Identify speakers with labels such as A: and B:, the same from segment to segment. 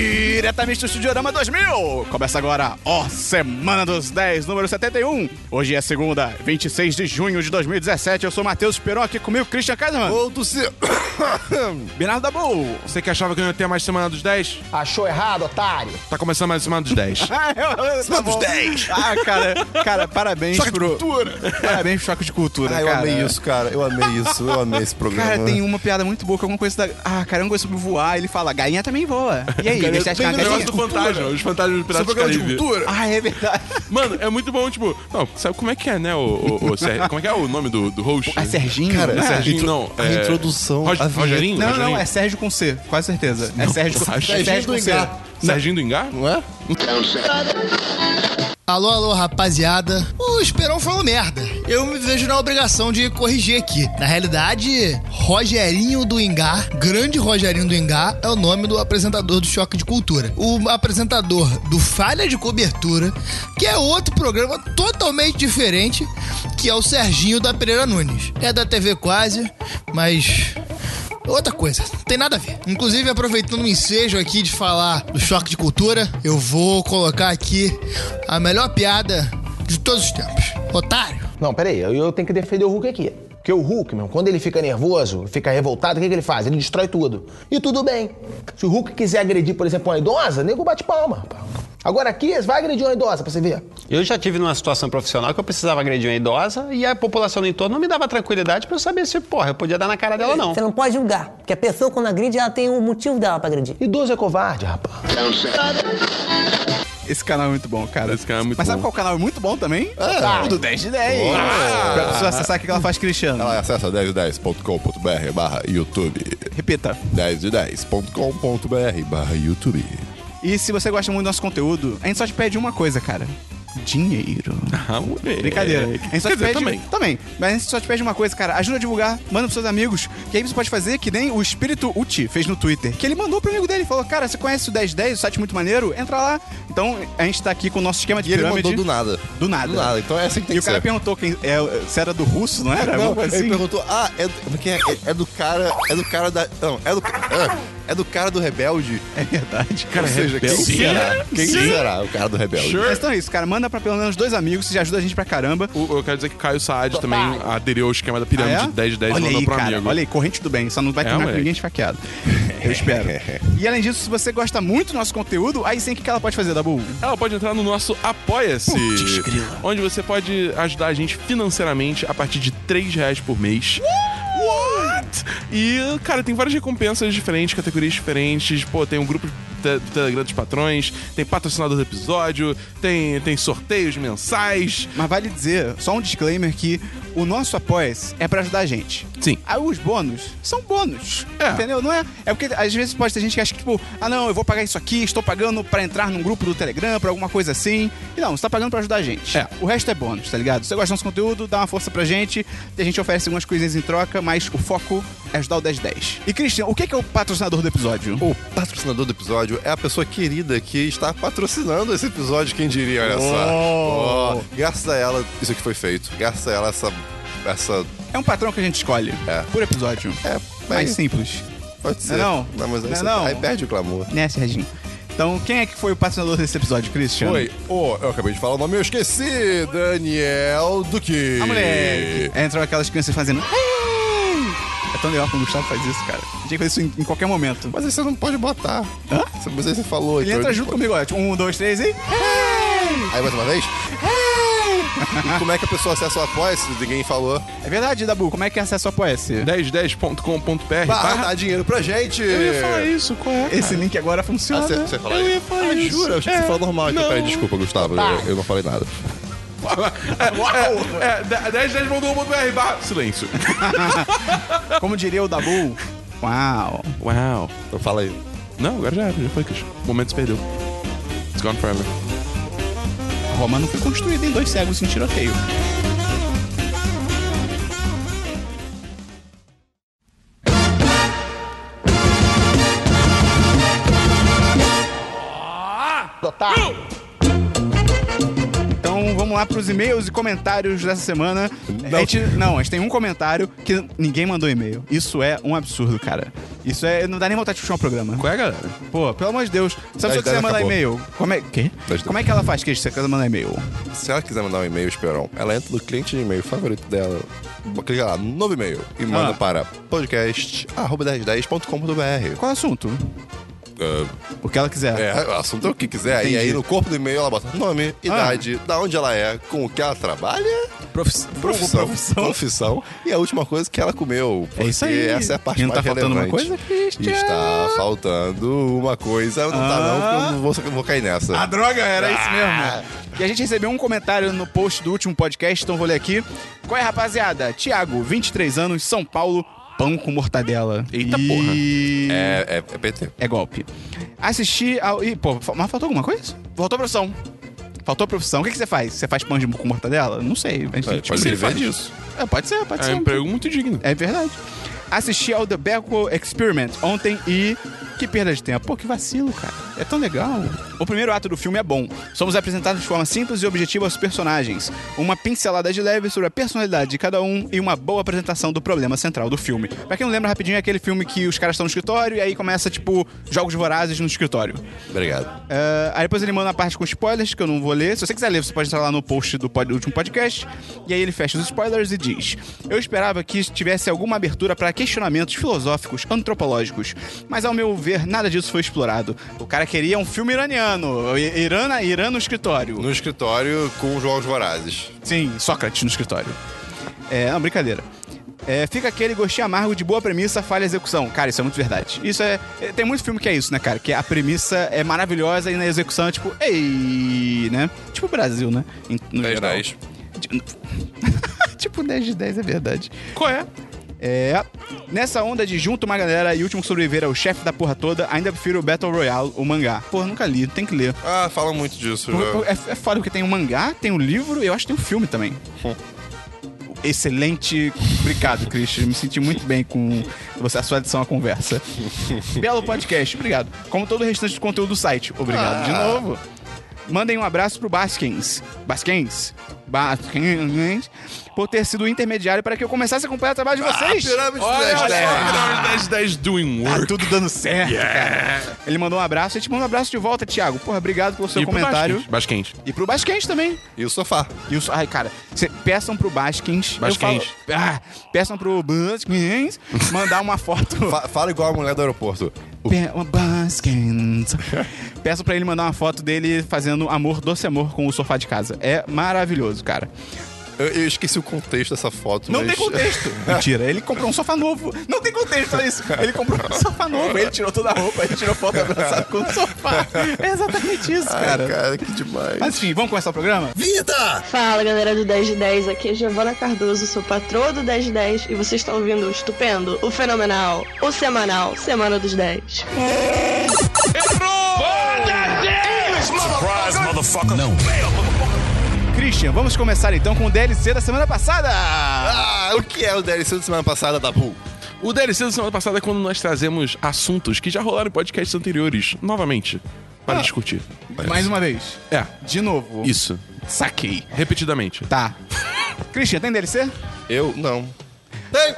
A: diretamente do Estudiorama 2000. Começa agora, ó, Semana dos 10, número 71. Hoje é segunda, 26 de junho de 2017. Eu sou Matheus Peron, aqui comigo, Christian Kaiserman.
B: Ou do seu.
C: Bernardo Dabu, você que achava que não ia ter mais Semana dos 10?
D: Achou errado, otário?
C: Tá começando mais Semana dos 10.
A: Ah, eu- eu- tá
B: Semana dos
A: bom.
B: 10.
A: Ah, cara, cara, parabéns
B: Choque de
A: pro...
B: cultura.
A: Parabéns pro Choque de Cultura,
B: Ah, eu
A: cara. é.
B: amei isso, Uhum. cara. Eu amei isso. Eu amei esse programa.
A: Cara, tem uma piada muito boa, que é alguma coisa da... Ah, caramba, sobre voar. Ele fala, galinha também voa. E aí,
B: Galinha
A: você acha que é uma
B: também
A: galinha?
B: voa.
C: fantasma, os fantasmas do
B: Esse
C: Piratas do
B: programa de
C: Caribe.
B: cultura.
A: Ah, é verdade.
C: Mano, é muito bom, tipo. Não, sabe como é que é, né? O, o- o Ser- como é que é o nome do, do host?
A: É Serginho?
B: Cara,
A: né?
C: É Serginho,
B: intro-
C: não.
B: a
C: é-
B: introdução,
C: Rog-
B: a vinheta.
C: Rogerinho?
A: Não, não,
C: Rogerinho?
A: é Sérgio com C, quase certeza. é Sérgio com C.
C: Sérgio
A: Sérgio
B: do
A: com C.
B: Engar.
C: Serginho do Engar?
B: Não é?
E: Alô, alô, rapaziada. O Esperão falou merda. Eu me vejo na obrigação de corrigir aqui. Na realidade, Rogerinho do Engar, grande Rogerinho do Engar, é o nome do apresentador do Choque de Cultura. O apresentador do Falha de Cobertura, que é outro programa totalmente diferente, que é o Serginho da Pereira Nunes. É da TV quase, mas Outra coisa, não tem nada a ver. Inclusive, aproveitando o ensejo aqui de falar do choque de cultura, eu vou colocar aqui a melhor piada de todos os tempos. Otário.
D: Não, peraí, eu, eu tenho que defender o Hulk aqui. Porque o Hulk, meu, quando ele fica nervoso, fica revoltado, o que, que ele faz? Ele destrói tudo. E tudo bem. Se o Hulk quiser agredir, por exemplo, uma idosa, o nego bate palma. pá. Agora aqui, vai agredir uma idosa pra você ver.
F: Eu já tive numa situação profissional que eu precisava agredir uma idosa e a população do entorno não me dava tranquilidade pra eu saber se, porra, eu podia dar na cara dela ou não.
G: Você não pode julgar, porque a pessoa quando agride, ela tem o motivo dela pra agredir.
D: Idoso é covarde, rapaz.
A: Esse canal é muito bom, cara.
C: Esse canal é muito
A: Mas sabe
C: bom.
A: qual canal é muito bom também? Ah, o do 10 de 10. Pra
B: Ah.
A: pessoa acessar o que ela faz Cristiano.
B: Ela acessa 1010.com.br barra YouTube.
A: Repita.
B: 1010.com.br barra YouTube.
A: E se você gosta muito do nosso conteúdo, a gente só te pede uma coisa, cara. Dinheiro.
C: Ah, moleque.
A: Brincadeira. A gente só
C: Quer
A: te
C: dizer,
A: pede.
C: também.
A: Mas a gente só te pede uma coisa, cara. Ajuda a divulgar, manda pros seus amigos. Que aí você pode fazer que nem o Espírito Uti fez no Twitter. Que ele mandou pro amigo dele. Falou, cara, você conhece o 1010, o site é muito maneiro? Entra lá. Então a gente tá aqui com o nosso esquema de
B: E ele
A: pirâmide.
B: mandou do nada.
A: Do nada.
B: Do nada. Então é assim que tem
A: E o
B: que
A: cara
B: ser.
A: perguntou quem, é, se era do russo, não era?
B: Não,
A: Alguma coisa
B: ele
A: assim.
B: perguntou, ah, é, do- como que é, é, é do cara, é do cara da, não, é do, ah, é do cara do rebelde.
A: É verdade.
B: Ou seja, quem
C: rebelde?
B: será?
C: Sim.
B: Quem
C: Sim.
B: será o cara do rebelde?
C: Sure.
A: Mas então é isso, cara. Manda pra pelo menos dois amigos, você já ajuda a gente pra caramba.
C: O- eu quero dizer que Caio Saad também aderiu ao esquema da pirâmide
A: Ah, é?
C: 10 de 10 e
A: olha
C: mandou
A: aí,
C: pro
A: cara,
C: amigo.
A: Olha aí, corrente do bem, só não vai
C: É,
A: terminar com
C: moleque.
A: ninguém esfaqueado. Eu espero. e além disso, se você gosta muito do nosso conteúdo, aí sim o que que ela pode fazer, Dabu?
C: Ela pode entrar no nosso Apoia-se, onde você pode ajudar a gente financeiramente a partir de 3 reais por mês. What? E, cara, tem várias recompensas diferentes, categorias diferentes. Pô, tem um grupo te- do Telegram dos patrões, tem patrocinador do episódio, tem, tem sorteios mensais.
A: Mas vale dizer, só um disclaimer que o nosso apoia é pra ajudar a gente.
C: Sim.
A: Aí os bônus são bônus.
C: É.
A: Entendeu? Não é. É porque às vezes pode ter gente que acha que, tipo, ah não, eu vou pagar isso aqui, estou pagando pra entrar num grupo do Telegram, pra alguma coisa assim. E não, você tá pagando pra ajudar a gente.
C: É.
A: O resto é bônus, tá ligado? Se você gosta do nosso conteúdo, dá uma força pra gente. E a gente oferece algumas coisinhas em troca, mas o foco é ajudar o 1010. E Christian, o que é, que é o patrocinador do episódio?
B: O patrocinador do episódio é a pessoa querida que está patrocinando esse episódio, quem diria, olha só. Oh, graças a ela, isso aqui foi feito. Graças a ela, essa. essa
A: É um patrão que a gente escolhe.
B: É.
A: Por episódio.
B: é,
A: Mais
B: mas-
A: simples.
B: Pode ser.
A: Não é não?
B: mas aí,
A: Não é
B: você-
A: não?
B: aí perde o clamor.
A: Né, Serginho? Então, quem é que foi o patrocinador desse episódio, Christian?
B: Oi, oh, eu acabei de falar o nome, eu esqueci. Daniel Duque.
A: A mulher. Entrou aquelas crianças fazendo. É tão legal quando o Gustavo faz isso, cara. Tinha que fazer isso em, em qualquer momento.
B: Mas aí você não pode botar.
A: Hã?
B: Você- Mas aí você falou.
A: Ele
B: então
A: entra
B: eu-
A: junto comigo, ó. Tipo, um, dois, três e.
B: Aí mais uma vez? e como é que a pessoa acessa o apoia se ninguém falou?
A: É verdade, Dabu. Como é que acessa o Apoia-se?
C: 1010.com.br.
B: Barra
C: barra-
B: dá dinheiro pra gente.
C: Eu ia falar isso, qual é?
A: Esse link agora
B: Ah,
A: funciona.
B: você, você fala
C: Eu
B: isso?
C: ia falar
B: ah,
C: isso.
B: jura? Eu achei que
C: É.
B: você falou normal. Então,
C: Não.
B: peraí, desculpa, Gustavo.
A: Tá.
B: Eu, eu não falei nada.
C: É, 1010.com.br. barra- Silêncio.
A: Como diria o Dabu. Uau.
C: Uau.
B: Então fala aí.
C: Não, agora já era, já foi, Christian. O momento se perdeu. It's gone forever.
A: Roma não foi construída em dois cegos em tiroteio. Então, Então vamos lá pros e-mails e comentários dessa semana. A gente, não, a gente tem um comentário que ninguém mandou e-mail. Isso é um absurdo, cara. Isso é. Não dá nem vontade de puxar o programa.
C: Qual é, galera?
A: Pô, pelo amor de Deus. Se a pessoa
B: Dez,
A: quiser
B: dez,
A: mandar
B: acabou.
A: e-mail, como é, quê?
B: Dez,
A: como é que ela faz, Cris, se você quiser mandar e-mail?
B: Se ela quiser mandar um e-mail, Esperon, ela entra no cliente de e-mail favorito dela, clica lá, novo e-mail, e manda
A: Ah.
B: para podcast.com.br.
A: Qual é o assunto? O que ela quiser.
B: É, o assunto é o que quiser.
A: Entendi. Ah.
B: E aí no corpo do e-mail ela bota nome, idade, da onde ela é, com o que ela trabalha,
A: Profissão.
B: profissão, confissão e a última coisa que ela comeu.
A: É isso aí.
B: porque Essa é a parte
A: E não
B: mais
A: tá faltando uma
B: relevante.
A: coisa, Christian?
B: Está faltando uma coisa. Não tá não,
A: Ah.
B: porque eu não vou, eu vou cair nessa.
A: A droga era isso mesmo. né? E a gente recebeu um comentário no post do último podcast, então vou ler aqui. Qual é, rapaziada? Tiago, 23 anos, São Paulo, pão com mortadela.
C: Eita porra.
B: É, é, é PT.
A: É golpe. Assisti ao. Ih, pô, fa- mas faltou alguma coisa? Faltou a profissão. Faltou a profissão. O que, que você faz? Você faz pão de com mortadela? Não sei. A gente,
B: É, pode
A: se
B: viver
A: faz.
B: disso.
A: É, pode ser, pode
C: É
A: ser.
C: um emprego muito digno.
A: É verdade. Assisti ao The Becko Experiment ontem e. Que perda de tempo. Pô, que vacilo, cara. É tão legal. O primeiro ato do filme é bom. Somos apresentados de forma simples e objetiva aos personagens. Uma pincelada de leve sobre a personalidade de cada um e uma boa apresentação do problema central do filme. Pra quem não lembra rapidinho, é aquele filme que os caras estão no escritório e aí começa, tipo, jogos vorazes no escritório.
B: Obrigado.
A: É, aí depois ele manda a parte com spoilers, que eu não vou ler. Se você quiser ler, você pode entrar lá no post do, pod- do último podcast. E aí ele fecha os spoilers e diz: Eu esperava que tivesse alguma abertura para questionamentos filosóficos, antropológicos. Mas ao meu ver, nada disso foi explorado. O cara queria um filme iraniano. I- Irã, na- Irã no escritório.
B: No escritório com os Jogos Vorazes.
A: Sim, Sócrates no escritório. É, não, brincadeira. É, fica aquele gostinho amargo de boa premissa, falha execução. Cara, isso é muito verdade. Isso é. é, Tem muito filme que é isso, né, cara? Que a premissa é maravilhosa e na execução é tipo, ei, né? Tipo o Brasil, né? Em- no
B: 10
A: geral.
B: 10.
A: Tipo 10 de 10, é verdade.
C: Qual é?
A: É. Nessa onda de junto uma galera e último que sobreviver ao chefe da porra toda, ainda prefiro o Battle Royale, o mangá. Porra, nunca li, tem que ler.
B: Ah, fala muito disso.
A: Por-
B: já.
A: por- É, é foda porque tem um mangá, tem um livro e eu acho que tem um filme também. Excelente. Obrigado, Christian. Me senti muito bem com você, a sua adição à conversa. Belo podcast, obrigado. Como todo o restante do conteúdo do site. Obrigado de novo. Mandem um abraço pro Baskins. Baskins? Baskins. Por ter sido o intermediário para que eu começasse a acompanhar o trabalho de vocês.
B: Pirâmide
C: Olha
B: das
C: só,
B: Terras.
C: Pirâmide 10 10 doing
A: Tá
C: work.
A: tudo dando certo, cara. Ele mandou um abraço. A gente manda um abraço de volta, Thiago. Porra, obrigado pelo seu
C: E pro
A: comentário.
C: Basquente. Basquente.
A: E pro Baskins também.
B: E o sofá.
A: E os, ai, cara, cê, peçam pro Baskins.
C: Baskins.
A: Eu falo- ah, peçam pro Baskins mandar uma foto.
B: Fa- fala igual a mulher do aeroporto. O
A: Pe- uma Baskins. Peçam pra ele mandar uma foto dele fazendo amor, doce amor com o sofá de casa. É maravilhoso, cara.
B: Eu, eu esqueci o contexto dessa foto.
A: Não tem
B: mas-
A: contexto. Mentira, ele comprou um sofá novo. Não tem contexto pra isso. Ele comprou um sofá novo, ele tirou toda a roupa, ele tirou foto abraçado com o sofá. É exatamente isso,
B: Ai,
A: cara.
B: cara, que demais.
A: Mas enfim, vamos começar o programa?
H: Fala galera do 10 de 10, aqui é Giovana Cardoso, sou patroa do 10 de 10 e vocês estão ouvindo o estupendo, o fenomenal, o semanal, Semana dos 10.
A: Christian, vamos começar então com o DLC da semana passada.
B: Ah, o que é o DLC da semana passada, Dabu?
C: O DLC da semana passada é quando nós trazemos assuntos que já rolaram em podcasts anteriores, novamente, para discutir.
A: Mais uma vez.
C: É,
A: De novo.
C: Ah. isso.
A: Saquei.
C: Repetidamente.
A: Tá. Christian, tem DLC?
B: Eu não. Tem!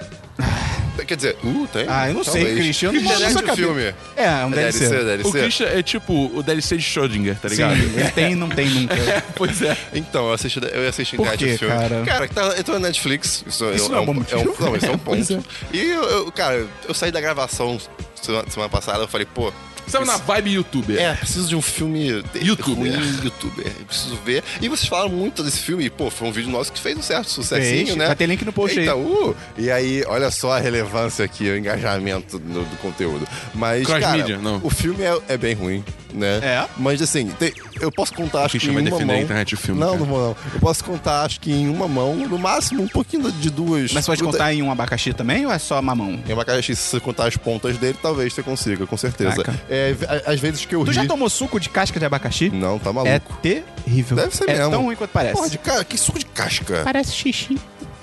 B: Quer dizer, uh, tem?
A: Ah, eu não sei,
B: Talvez.
A: Christian, eu não
B: Que
A: mando
B: merece
A: essa
B: o
A: cabeça.
B: filme.
A: É, é um
B: É
A: DLC.
B: DLC, DLC.
C: O Christian é tipo o DLC de Schrödinger, tá
A: Sim,
C: ligado?
A: ele tem e não tem nunca.
C: Pois é.
B: Então, eu assisti, eu ia assistir
A: Por
B: grade
A: quê,
B: o filme.
A: cara?
B: que tá, eu tô na Netflix. Isso,
A: Isso
B: eu-
A: não é um bom
B: um,
A: motivo.
B: Não, isso é um
A: Pois
B: ponto. E, eu, eu- cara, eu saí da gravação semana, semana passada, eu falei, pô,
C: Sabe na vibe youtuber?
B: É, preciso de um filme de-
A: né?
C: Youtuber.
B: ruim, youtuber. Eu Preciso ver. E vocês falaram muito desse filme, e, pô, foi um vídeo nosso que fez um certo sucessinho,
A: Fez.
B: né?
A: Vai ter link no post aí.
B: Eita, uh! E aí, olha só a relevância aqui, o engajamento no- do conteúdo. Mas,
C: Cross
B: cara,
C: media, não.
B: o filme é, é bem ruim, né?
A: É?
B: Mas, assim, tem- eu posso contar, acho que
C: Christian
B: em
C: vai
B: uma
C: defender a
B: mão...
C: internet o filme,
B: Não,
C: cara.
B: não vou, não. Eu posso contar, acho que em uma mão, no máximo um pouquinho de duas.
A: Mas pode contar em um abacaxi também ou é só mamão?
B: Em uma caixa, se você contar as pontas dele, talvez você consiga, com certeza.
A: Caraca.
B: É, a- às vezes que eu
A: Tu
B: ri...
A: já tomou suco de casca de abacaxi?
B: Não, tá maluco.
A: É terrível.
B: Deve ser
A: é
B: mesmo.
A: tão ruim quanto parece.
B: Porra, de cara, que suco de casca.
A: Parece xixi.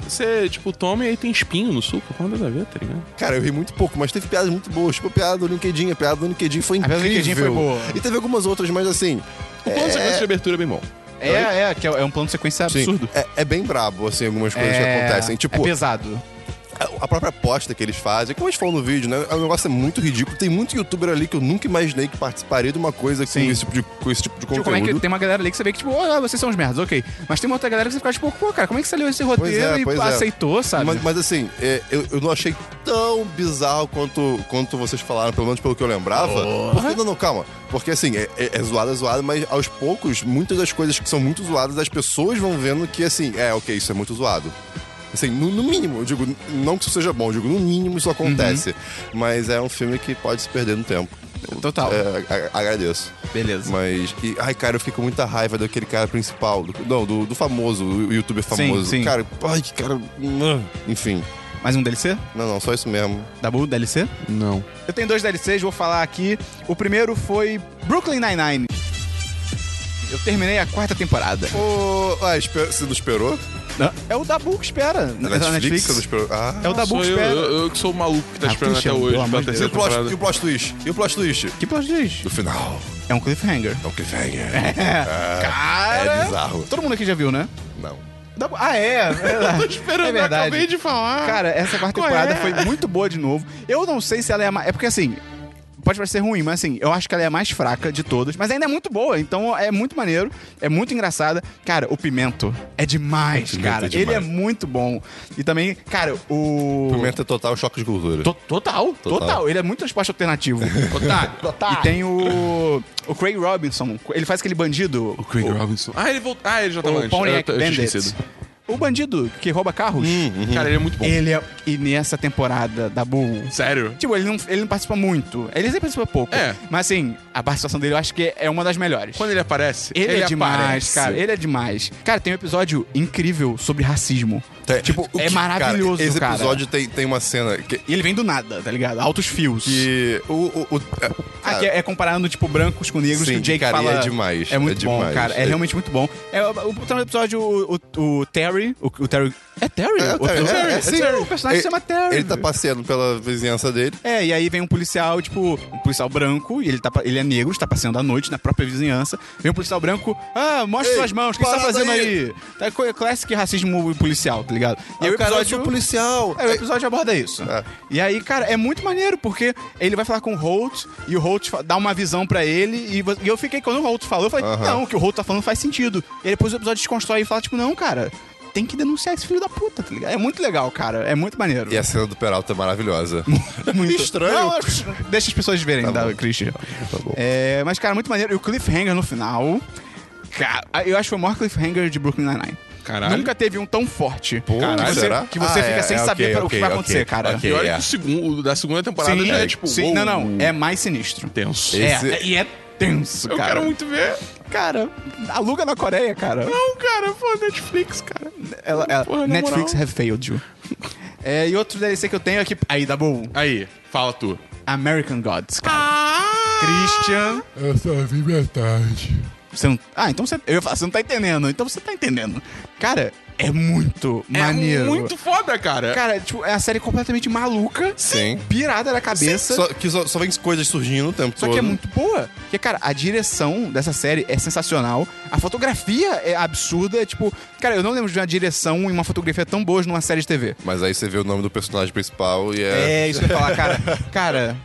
C: Você, tipo, toma e aí tem espinho no suco. Não tem nada a ver, tá ligado?
B: Cara, eu ri muito pouco, mas teve piadas muito boas. Tipo, a piada do LinkedIn. A piada do LinkedIn foi
A: piada
B: incrível.
A: do LinkedIn foi boa.
B: E teve algumas outras, mas assim...
C: O plano de sequência de abertura é bem bom.
A: É, é, que é, é um plano de sequência
B: Sim.
A: absurdo.
B: É, é bem brabo, assim, algumas coisas que
A: É-
B: acontecem. Tipo,
A: é pesado.
B: a própria aposta que eles fazem, como a gente falou no vídeo, né? O negócio é muito ridículo. Tem muito youtuber ali que eu nunca imaginei que participaria de uma coisa com
A: Sim.
B: esse, tipo de, com esse tipo de
A: Tipo,
B: conteúdo.
A: como é que tem uma galera ali que você vê que, tipo, oh, ah, vocês são os merdas, ok. Mas tem uma outra galera que você fica, tipo, pô, cara, como é que você leu esse
B: Pois
A: roteiro
B: é,
A: e
B: pois é.
A: aceitou, sabe?
B: Mas, mas, assim, é, eu, eu não achei tão bizarro quanto, quanto vocês falaram, pelo menos pelo que eu lembrava.
A: Oh.
B: Porque, não, não, calma. Porque assim, é, é- é zoado, é zoado, mas aos poucos, muitas das coisas que são muito zoadas, as pessoas vão vendo que assim, é, ok, isso é muito zoado. Assim, no, no mínimo, eu digo, não que isso seja bom, eu digo, no mínimo isso acontece. Mas é um filme que pode se perder no tempo.
A: Uhum. Total.
B: É, a- agradeço.
A: Beleza.
B: Mas. e- ai, cara, eu fiquei com muita raiva daquele cara principal. do- não, do, do famoso, o youtuber famoso.
A: sim.
B: Cara, ai, que cara. hum, Enfim.
A: Mais um DLC?
B: Não, não, só isso mesmo.
A: Dabu, DLC?
C: Não.
A: Eu tenho dois DLCs, vou falar aqui. O primeiro foi Brooklyn Nine-Nine. Eu terminei a quarta temporada.
B: Ô, ah, espe- você não esperou?
A: É o Dabu que espera.
B: Na
A: É da
B: Netflix? Você não esperou? Ah.
A: É o Dabu
C: Sou
A: que
C: eu,
A: espera.
C: eu, eu que sou o maluco que tá
A: Ah,
C: esperando
A: puxa,
C: até hoje
A: pelo amor de
B: E
C: pra
B: o,
C: terceira
B: plot,
C: temporada.
B: e o plot twist? E o plot twist?
A: Que plot diz?
B: Do final.
A: É um cliffhanger.
B: É o que vem. É,
A: Cara...
B: é bizarro.
A: Todo mundo aqui já viu, né?
B: Não.
A: Ah, Dabu- Ah, é? Eu tô
C: Esperando, acabei de falar.
A: Cara, essa quarta
C: Qual
A: temporada
C: é?
A: foi muito boa de novo. Eu não sei se ela é a mais. É porque assim. Pode parecer ruim, mas assim, eu acho que ela é a mais fraca de todas, mas ainda é muito boa, então é muito maneiro, é muito engraçada. Cara, o Pimento é demais,
B: Pimento
A: cara.
B: é demais.
A: Ele é muito bom. E também, cara, o.
B: Pimenta é total choque de cultura.
A: To- Total, total,
B: Total.
A: Ele é muito transporte alternativo. E tem o. O Craig Robinson. Ele faz aquele bandido.
C: O Craig Robinson. Ah, ele voltou. Ah, ele já tava
A: O é
C: antes.
A: Pontiac
C: eu, eu tinha
A: Bandit.
C: esquecido.
A: O bandido que rouba carros.
C: Cara, ele é muito bom.
A: Ele é. E nessa temporada da Bull.
C: Sério.
A: Tipo, ele não, ele não participa muito. Ele sempre participa pouco.
C: É.
A: Mas assim, a participação dele eu acho que é uma das melhores.
C: Quando ele aparece,
A: ele, é demais,
C: aparece.
A: cara. Ele é demais. Cara, tem um episódio incrível sobre racismo.
B: Tem-
A: tipo,
B: o
A: é
B: que-
A: maravilhoso,
B: Esse
A: cara.
B: episódio tem, tem uma cena que.
A: E ele vem do nada, tá ligado? Altos fios.
B: que o, o, o- é,
A: Ah,
B: cara,
A: que é, é comparando, tipo, brancos com negros,
B: Sim,
A: que o Jake
B: cara, e
A: fala...
B: é demais,
A: É muito
B: é
A: bom,
B: demais.
A: cara. É,
B: É-
A: realmente muito bom. É, o, o, tá no episódio, o, o- o Terry... O, o Terry... É Terry?
B: É,
A: o,
B: Terry,
A: o
B: é,
A: Terry.
B: é, sim.
A: Terry, O personagem
B: Ele-
A: se chama Terry.
B: Ele tá passeando pela vizinhança dele.
A: É, e aí vem um policial, tipo, um policial branco, e ele, tá, pa- ele é negro, está passeando à noite na própria vizinhança. Vem um policial branco, ah, mostra
B: Ei,
A: suas mãos, o que você tá
B: parada
A: fazendo aí?
B: aí.
A: Tá co- classic racismo policial, tá ligado? E aí o episódio.
B: policial.
A: É, o episódio aborda isso.
B: É.
A: E aí, cara, é muito maneiro, porque ele vai falar com o Holt e o Holt fa- dá uma visão pra ele. E, vo- e eu fiquei, quando o Holt falou, eu falei,
B: Aham.
A: não, o que o Holt tá falando faz sentido. E aí depois o episódio desconstrói e fala, tipo, não, cara, tem que denunciar esse filho da puta, tá ligado? É muito legal, cara. É muito maneiro.
B: E a cena do Peralta é maravilhosa.
A: Muito.
B: Estranho.
A: Não, deixa as pessoas verem,
B: Tá
A: da
B: bom.
A: Christian.
B: Tá bom.
A: É, mas, cara, muito maneiro. E o cliffhanger no final. Cara, eu acho que foi o maior cliffhanger de Brooklyn Nine-Nine.
C: Caralho.
A: Nunca teve um tão forte.
B: Caralho,
A: que você,
B: será?
A: Que você
B: Ah,
A: fica
B: é,
A: sem
B: é,
A: saber
B: ok,
A: pra- o
B: ok,
A: que vai
B: ok,
A: acontecer, cara.
B: ok.
C: E olha
B: É.
C: que o segundo, o da segunda temporada já é tipo.
A: sim,
C: uou,
A: não, não. É mais sinistro.
C: Tenso.
A: É,
B: Esse-
A: e é tenso,
C: Eu
A: cara.
C: quero muito ver.
A: Cara, aluga na Coreia, cara.
C: Não, cara, pô, Netflix, cara.
A: Ela, ela-
C: Porra, na
A: Netflix
C: moral.
A: have failed you. É, e outro DLC que eu tenho aqui. Aí, da bom.
C: Aí, fala tu.
A: American Gods,
C: Ah!
A: cara. Christian.
I: Eu só vi metade.
A: Você não... Ah, então você. Eu ia falar, você não tá entendendo. Então você tá entendendo. Cara, é muito maneiro.
C: É muito foda, cara.
A: Cara, tipo, é uma série completamente maluca.
B: Sim.
A: Pirada na cabeça.
B: Só, que só, só vem coisas surgindo o tempo
A: Só
B: todo.
A: que é muito boa. Porque, cara, a direção dessa série é sensacional. A fotografia é absurda. É, tipo, cara, eu não lembro de uma direção e uma fotografia tão boas numa série de TV.
B: Mas aí você vê o nome do personagem principal e é. Ah.
A: É, isso que eu ia falar, cara. Cara.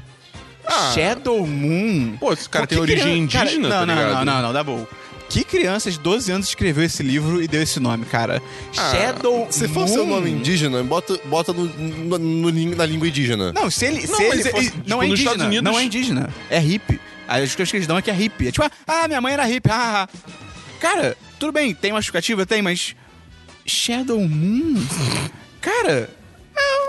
A: Shadow Moon.
C: Pô, esse cara
A: Pô,
C: tem
A: que
C: origem
A: criança- cara,
C: indígena,
A: não,
C: tá
A: não,
C: ligado?
A: Não, não, não, dá bom. Que criança de 12 anos escreveu esse livro e deu esse nome, cara?
C: Ah,
A: Shadow
B: Se
A: Moon.
B: fosse o nome indígena, bota, bota no, no- no lin- na língua indígena.
A: Não, se ele. se
C: mas
A: ele
C: se fosse,
A: e- não
C: tipo,
A: é
C: nos
A: indígena.
C: Estados Unidos-
A: Não é indígena. É hippie. Aí As coisas que eles dão é que é hippie. É tipo, ah, ah, minha mãe era hippie. Ah, ah. Cara, tudo bem, tem uma justificativa? Tem, mas. Shadow Moon? Cara.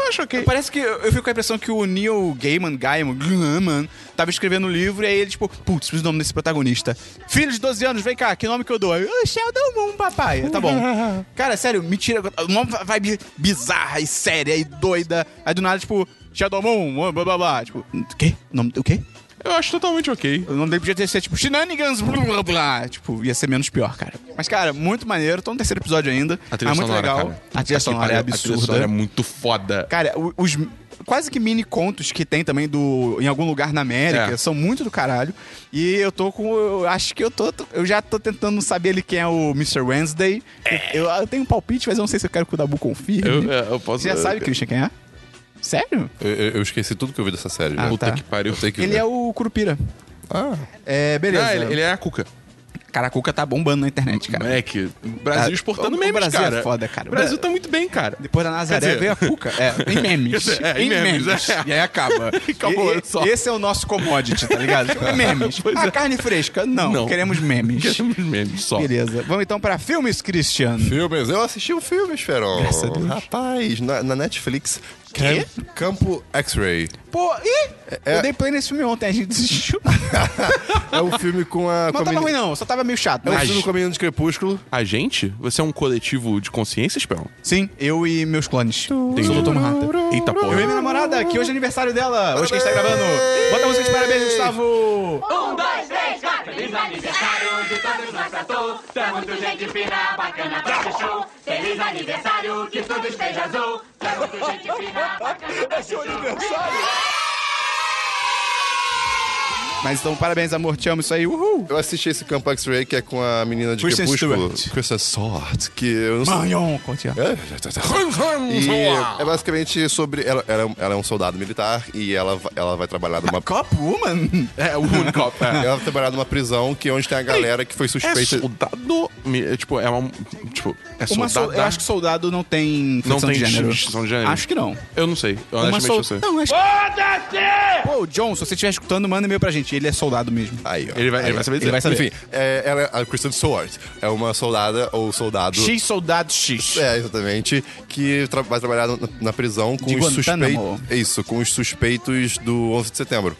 A: Eu acho ok. Parece que eu, eu fico com a impressão que o Neil Gaiman, Gaiman, Gaiman, tava escrevendo o livro e aí ele, tipo, putz, preciso do nome desse protagonista. Filho de 12 anos, vem cá, que nome que eu dou? Aí, "Ah, Sheldon Moon, papai. Tá bom. Cara, sério, me tira. Uma vibe bizarra e séria e doida. Aí do nada, tipo, Sheldon Moon, blá blá blá. Tipo, o quê? Nome, o quê?
C: Eu acho totalmente ok.
A: O nome dele podia ter sido tipo Shenanigans, blá blá blá. Tipo, ia ser menos pior, cara. Mas, cara, muito maneiro. Tô no terceiro episódio ainda.
C: A trilha
A: é muito
C: sonora,
A: legal.
C: cara. Assim,
A: A trilha sonora é
C: A trilha
A: absurda.
C: sonora é muito foda.
A: Cara, o- os quase que mini contos que tem também do em algum lugar na América
C: É.
A: são muito do caralho. E eu tô com eu acho que eu tô eu já tô tentando saber ali quem é o Mr. Wednesday. Eu, eu tenho um palpite, mas eu não sei se eu quero que o Dabu confirme.
C: Eu, é, eu posso.
A: Você já sabe, Christian, quem é? Sério?
B: Eu, eu- eu esqueci tudo que eu vi dessa série.
A: Ah,
B: Eu
A: tá.
B: tenho que parar, eu tenho que
A: Ele
B: ver.
A: é o Curupira.
B: Ah,
A: É, beleza.
C: Ah, ele, ele é a Cuca.
A: Cara, a Cuca tá bombando na internet, cara.
C: Moleque, Brasil
A: Ah,
C: exportando
A: o- o
C: memes,
A: Brasil é
C: cara.
A: foda, cara.
C: O Brasil tá muito bem, cara.
A: Depois da Nazaré
C: Quer dizer-
A: veio a Cuca. É, em memes.
C: Quer dizer, é, em
A: em memes.
C: memes, é.
A: E aí acaba.
C: Acabou,
A: E- e-
C: só.
A: Esse é o nosso commodity, tá ligado? Tipo, é memes.
C: Pois
A: a
C: é.
A: carne fresca? Não,
C: Não.
A: queremos memes.
C: Queremos memes só.
A: Beleza. Vamos então pra filmes, Christian.
B: filmes. Eu assisti um filme, Esferon.
A: Graças a Deus.
B: Rapaz, na, na Netflix. Camp- Campo X-Ray.
A: Pô, ih!
B: É-
A: Eu dei play nesse filme ontem, a gente desistiu.
B: É um filme com a. com
A: Não tava
B: a meni-
A: ruim, não. Só tava meio chato.
B: É um
A: mas-
B: filme com a menina de Crepúsculo.
C: A gente? Você é um coletivo de consciência, Esperão?
A: Sim, eu e meus clones. Sou do Tom Rata.
C: Eita
A: Eu e minha
C: porra.
A: namorada, que hoje é aniversário dela. Hoje que a gente tá gravando. Bota a música de parabéns, Gustavo. Tá Tá Mas então, parabéns, amor. Te amo isso aí. Uhul.
B: Eu assisti esse Campo X-Ray que é com a menina de
A: Kristen
B: Crepúsculo.
A: Stewart.
B: Kristen Stewart. Que eu não sei.
A: Marion, Cotillard.
B: E é basicamente sobre. Ela, ela- ela é um soldado militar e ela, va- ela vai trabalhar numa.
A: Cop Woman?
C: É, o Woman Cop. É.
B: Ela vai trabalhar numa prisão que onde tem a galera que foi
C: É
B: suspeita.
C: soldado. me- é, Tipo, é uma. Tipo, é
A: Uma
C: soldado.
A: sol- Eu acho que soldado não tem
C: Não
A: flexão
C: tem
A: de gênero.
C: distinção de gênero.
A: Acho que não.
B: Então
C: Eu não sei. Eu
A: Uma
C: honestamente
A: sol...
C: não sei.
A: Não, acho que... Pô, John, se você estiver escutando, manda e-mail pra gente. Ele é soldado mesmo.
B: Aí, ó.
C: Ele vai- ele
B: Aí,
C: vai
B: ó.
C: saber dizer.
B: Enfim, é, ela, é- a Kristen Stewart é uma soldada ou soldado.
A: X soldado X.
B: É, exatamente. Que tra- vai trabalhar na, na prisão com
A: De
B: os
A: Guantánamo.
B: suspeitos. Isso, com os suspeitos do 11 de setembro.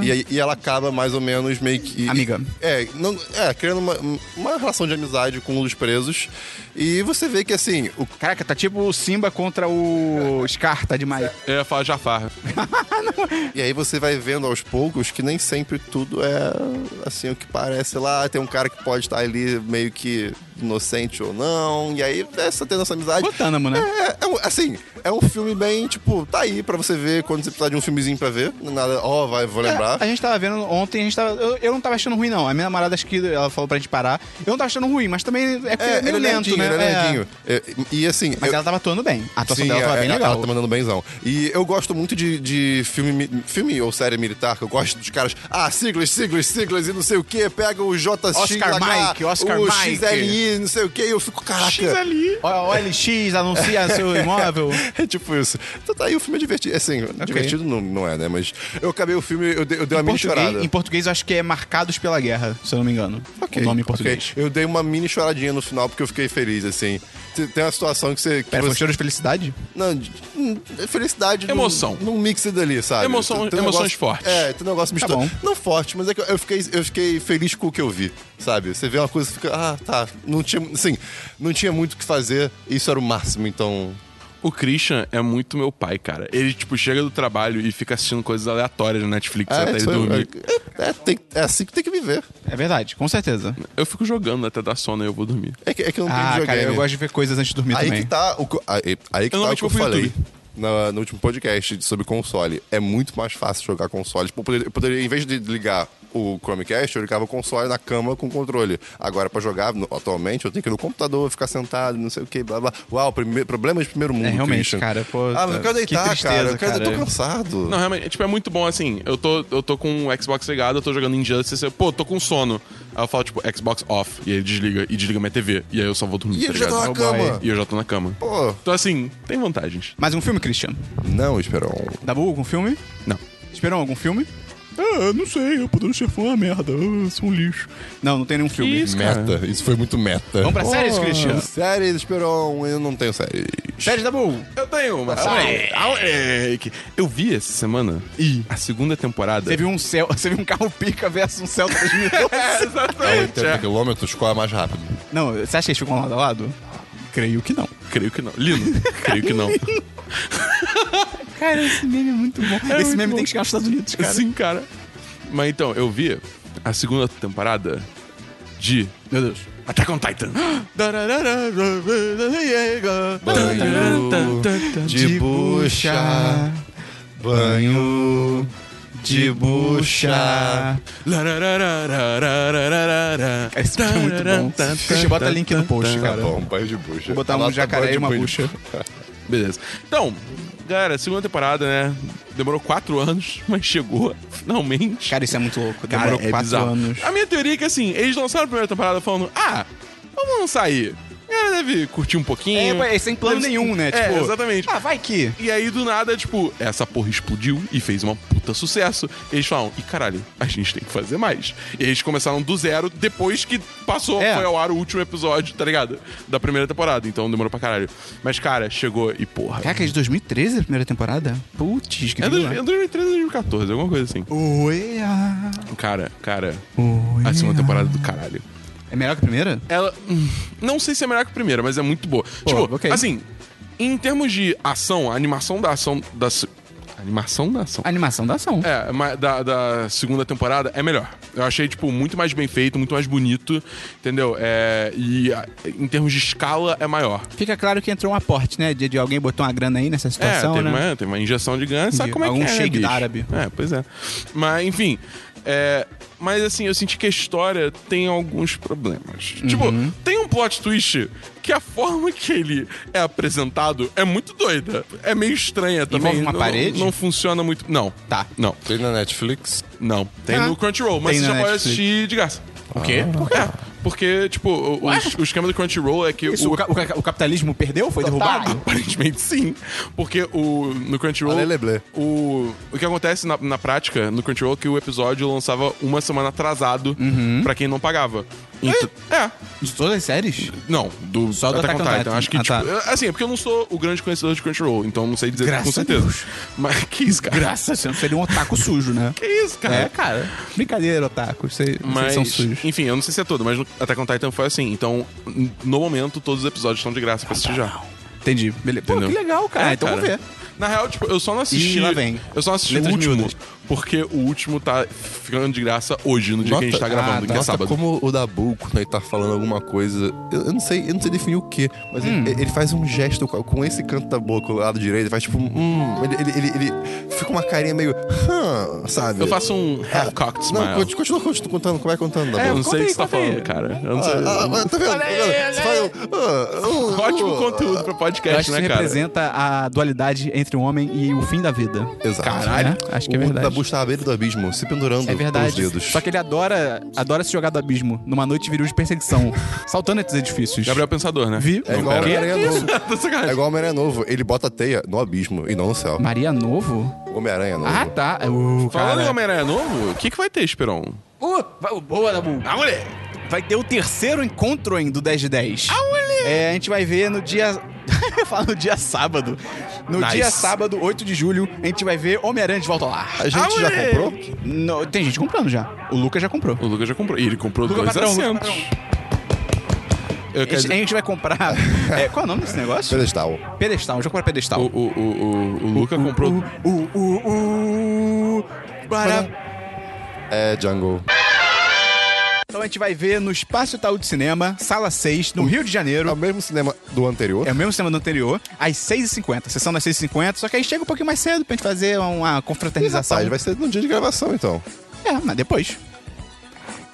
B: E, e aí- e ela acaba mais ou menos meio que.
A: Ah. Amiga.
B: É, não, é criando uma, uma relação de amizade com um dos presos. E você vê que assim, o
A: Caraca, tá tipo o Simba contra o Scar, tá demais.
C: Eu ia falar Jafar.
B: E aí você vai vendo aos poucos que nem sempre tudo é assim o que parece lá. Tem um cara que pode estar ali meio que inocente ou não. E aí essa tendo essa amizade.
A: Guantánamo, né?
B: É, é um- assim, é um filme bem, tipo, tá aí pra você ver quando você precisar de um filmezinho pra ver. Nada, ó, vai, vou lembrar.
A: É, A gente tava vendo ontem, a gente tava. Eu, eu não tava achando ruim, não. A minha namorada acho que ela falou pra gente parar. Eu não tava achando ruim, mas também é, é meio
B: ele é
A: lento,
B: lentinho,
A: né?
B: ele é
A: É.
B: lentinho. É, E assim.
A: Mas
B: eu-
A: ela tava atuando bem. A atuação
B: Sim,
A: dela tava
B: é,
A: bem
B: é,
A: legal.
B: Ela tá mandando benzão. E eu gosto muito de, de filme, mi- filme ou série militar, que eu gosto dos caras. Ah, siglas, siglas, siglas e não sei o quê. Pega o JX,
A: Oscar Mike, Oscar
B: o
A: Mike.
B: XLI, não sei o quê. E eu fico, caraca.
C: ali.
A: Ó, OLX anuncia seu imóvel.
B: É tipo isso. Então tá aí, o filme é divertido. Assim, divertido não, não é, né? Mas eu acabei o filme, eu dei, eu dei uma
A: Em
B: mini
A: português,
B: chorada.
A: em português, eu acho que é Marcados pela Guerra, se eu não me engano.
B: Ok,
A: O nome em
B: ok.
A: português.
B: Eu dei uma mini choradinha no final porque eu fiquei feliz, assim. Tem- Tem uma situação que você. Que
A: Pera, foi um
B: você-
A: choro de felicidade?
B: Não, de- hum, felicidade. num-
C: Emoção.
B: Num, mix ali, sabe?
C: Emoção-
B: Tem- tem um
C: emoções
B: negócio-
C: fortes.
B: É, tem um negócio misturado.
A: Tá bom.
B: não forte, mas é que eu- eu fiquei, eu fiquei feliz com o que eu vi, sabe? Você vê uma coisa e fica, ah, tá. Não tinha, assim, não tinha muito o que fazer, isso era o máximo, então.
C: O Christian é muito meu pai, cara. Ele, tipo, chega do trabalho e fica assistindo coisas aleatórias na Netflix
B: É,
C: até ele
B: isso aí,
C: dormir.
A: um-
B: é- é, tem- é assim que tem que viver.
A: É verdade, com
B: Um
A: certeza.
C: Eu fico jogando até dar sono e eu vou dormir.
B: É que, é que eu não tenho
A: Ah,
B: videogame.
A: cara, eu gosto de ver coisas antes de dormir
B: Aí
A: também.
B: que tá o, co- aí, aí que tá
C: Eu
B: o
C: normalmente
B: que eu
C: vou pro
B: falei
C: YouTube.
B: na- no, último podcast sobre console. É muito mais fácil jogar console. Tipo, eu poderia, eu poderia, em vez de ligar o Chromecast, eu ligava o console na cama com o controle. Agora, pra jogar, no- atualmente, eu tenho que ir no computador, ficar sentado, não sei o que, blá blá. Uau, prime, problemas de primeiro mundo.
A: É, realmente,
B: Christian.
A: cara, pô,
B: ah, mas eu quero
A: que
B: deitar,
A: tristeza,
B: cara. Eu, quero,
A: cara.
B: eu tô cansado.
C: Não, realmente, tipo, é muito bom assim. Eu tô, eu tô com o Xbox ligado, eu tô jogando Injustice, eu, pô, tô com sono. Aí eu falo, tipo, Xbox off. E aí ele desliga e desliga minha TV. E aí eu só vou dormir.
B: E
C: tá
B: ele já tá
C: ligado?
B: na cama.
C: E eu já tô na cama.
B: Pô,
C: Então, assim, tem vantagens.
A: Mais um filme, Christian?
B: não, Esperon.
A: Dabu, algum filme?
C: Não.
A: Esperão, algum filme? Ah, não sei, eu podeiro chefão é uma merda, eu sou um lixo. Não, não tem nenhum filme.
C: isso, cara.
B: Meta. Isso foi muito meta.
A: Vamos pra séries, Christian?
B: Séries, Esperon. Eu não tenho séries.
A: Séries
B: Tá
A: da Bull.
C: Eu tenho uma. Moleque. Moleque. é, Eu vi essa semana a segunda temporada.
A: Você viu um, cel... Você viu um carro pica versus um Celta 2012?
B: A
C: Exatamente.
B: 80 Tá quilômetros, qual é mais rápido?
A: não, você acha que eles ficam lado a lado? Creio que não.
C: Creio que não. Lino, creio que não.
A: Cara, esse meme é muito bom. esse
C: muito
A: meme
C: bom.
A: tem que chegar nos Estados Unidos, cara.
C: Sim, cara. Mas então, eu vi a segunda temporada de. Meu Deus. Attack on Titan.
B: Banho de bucha. Banho de bucha.
A: Esse filme é muito bom. A gente bota link no post,
B: Tá
A: cara.
B: bom, banho de bucha.
A: Vou botar um
B: Anota
A: jacaré
B: banho
A: e uma
B: de
A: bucha.
C: Beleza. Então, galera, segunda temporada, né? Demorou quatro anos, mas chegou, finalmente.
A: Cara, isso é muito louco.
C: Cara,
A: Demorou
C: é
A: quatro
C: bizarro.
A: anos.
C: A minha teoria é que assim, eles lançaram a primeira temporada falando, ah, vamos lançar aí. A galera deve curtir um pouquinho.
A: É, sem plano
C: Deve-
A: nenhum, né?
C: É,
A: Tipo,
C: exatamente.
A: Ah, vai que.
C: E aí, do nada, tipo, essa porra explodiu e fez uma puta sucesso. E eles falam, e caralho, a gente tem que fazer mais. E eles começaram do zero depois que passou,
A: É.
C: foi ao ar o último episódio, tá ligado? Da primeira temporada, então demorou pra caralho. Mas, cara, chegou e porra.
A: Caraca, é de 2013 a primeira temporada? Putz, que
C: É dois- é
A: grila.
C: 2013, 2014, alguma coisa assim.
A: Oi, ah.
C: Cara, cara,
A: Oi,
C: a segunda
A: ah.
C: temporada do caralho.
A: É melhor que a primeira?
C: Ela. hum, Não sei se é melhor que a primeira, mas é muito boa. tipo,
A: ok.
C: assim, em termos de ação, a animação da ação. Da, se- animação da ação.
A: A animação da ação.
C: É, ma- da, da segunda temporada é melhor. Eu achei, tipo, muito mais bem feito, muito mais bonito, entendeu? É, e a- em termos de escala é maior.
A: Fica claro que entrou um aporte, né? De, de alguém botou uma grana aí nessa situação,
C: é, teve,
A: né?
C: uma, teve uma injeção de ganho, sabe
A: De
C: como é que
A: algum
C: é, né,
A: sheik
C: bicho?
A: árabe.
C: É, pois é. Mas, enfim... é, mas, assim, eu senti que a história tem alguns problemas.
A: Uhum.
C: Tipo, tem um plot twist que a forma que ele é apresentado é muito doida. É meio estranha também.
A: Envolve uma
C: não,
A: parede?
C: Não funciona muito... Não.
A: Tá.
C: Não.
B: Tem na Netflix.
C: Não. Tem
A: Ah.
C: no Crunchyroll, mas
A: Tem
C: você já
A: na
C: pode
A: Netflix.
C: assistir de graça.
A: O quê? Por quê?
C: É, porque, tipo, o, o- o esquema do Crunchyroll é que
A: Isso, um o,
C: o...
A: ca- o ca- o capitalismo perdeu? Foi derrubado?
C: Aparentemente sim. Porque o, no Crunchyroll.
B: Aleleble.
C: O, o que acontece na, na prática, no Crunchyroll, é que o episódio lançava uma semana atrasado
A: Uhum.
C: pra quem não pagava. Então- é.
A: De todas as séries?
C: Não, do
A: Só do Attack on Titan.
C: Acho que,
A: Ah,
C: tipo,
A: tá.
C: eu- assim, é porque eu não sou o grande conhecedor de Crunchyroll, então não sei dizer
A: Graças
C: com
A: a
C: certeza.
A: Deus.
C: Mas que isso, cara?
A: Graças, você não seria um otaku sujo, né?
C: Que isso, cara?
A: É, cara. Brincadeira, otaku. Vocês vocês
C: Mas,
A: são sujos.
C: enfim, eu não sei se é todo, mas no Attack on Titan foi assim. Então, n- no momento, todos os episódios estão de graça pra assistir já.
A: Entendi. Beleza. Pô, que
C: Entendeu?
A: legal, cara.
C: É,
A: então vou ver.
C: Na real, tipo, eu só não assisti.
A: Ih, lá vem.
C: Eu só não assisti
A: Letras
C: o último.
A: miúdas.
C: Porque o último tá ficando de graça hoje, no dia que a gente tá
A: ah,
C: gravando, que é
B: Nota
C: sábado.
B: como o Dabu, quando ele tá falando alguma coisa, eu, eu não sei, eu não sei definir o que, mas
A: Hum.
B: ele, ele faz um gesto com, com esse canto da boca, o lado direito, ele faz tipo, um, hum, ele, ele, ele, ele fica uma carinha meio, hã, sabe?
C: Eu faço um half-cocked smile.
B: Não, continua, continua, continua contando, como é contando, Dabu?
C: eu não sei o que você tá
A: conta aí.
C: falando, cara. Eu não sei.
B: Ah, ah, tá vendo? Tá vendo? Você fala, ah, ah,
C: Ótimo
B: ah.
C: conteúdo
A: Eu
C: pra
A: acho
C: podcast,
A: que
C: né,
A: isso
C: cara?
A: representa a dualidade entre o homem e o fim da vida.
B: Exato.
A: Caralho. Acho que é verdade.
B: O Dabu está à beira do abismo, se pendurando
A: É verdade.
B: pelos dedos.
A: Só que ele adora, adora se jogar do abismo numa noite viril de perseguição, saltando entre os edifícios.
C: Gabriel Pensador, né?
A: Vi.
B: É
A: Não,
B: igual o
A: pera.
B: Homem-Aranha Novo.
C: Tô sacanagem.
B: É igual o Homem-Aranha Novo. Ele bota a teia no abismo e não no céu.
A: Maria Novo?
B: O Homem-Aranha né? Novo.
A: Ah, tá. Uh,
C: Falando em
A: cara.
C: Homem-Aranha Novo, o que, que vai ter, Esperon?
A: Uh, boa, Dabu. Ah, moleque. Vai ter o terceiro encontro hein, do 10 de 10. Ah, moleque. É, a gente vai ver no dia... Eu ia falar no dia sábado. No
C: Nice.
A: dia sábado, 8 de julho, a gente vai ver Homem-Aranha de volta lá. Ah,
B: A gente já
C: moleque.
B: comprou?
A: Não, tem gente comprando já. O Lucas já comprou.
C: O Lucas já comprou. E ele comprou
A: Lucas
C: dois
A: patrão, Lucas
C: assentos. Eu
A: A
C: quero
A: gente, a
C: dizer,
A: gente vai comprar... é, qual é o nome desse negócio?
B: Pedestal.
A: Pedestal. A gente vai comprar pedestal.
C: o, o, o, o, o Lucas comprou
A: O, o, o, para...
B: É Jungle.
A: Então a gente vai ver no Espaço Itaú de Cinema, Sala 6, no Rio de
B: É o
A: Janeiro.
B: mesmo cinema do anterior.
A: É o mesmo cinema do anterior, às 6h50, sessão das 6h50, só que aí chega um pouquinho mais cedo pra gente fazer uma
B: Ih,
A: confraternização.
B: rapaz, vai ser no dia de gravação, então.
A: É, mas depois.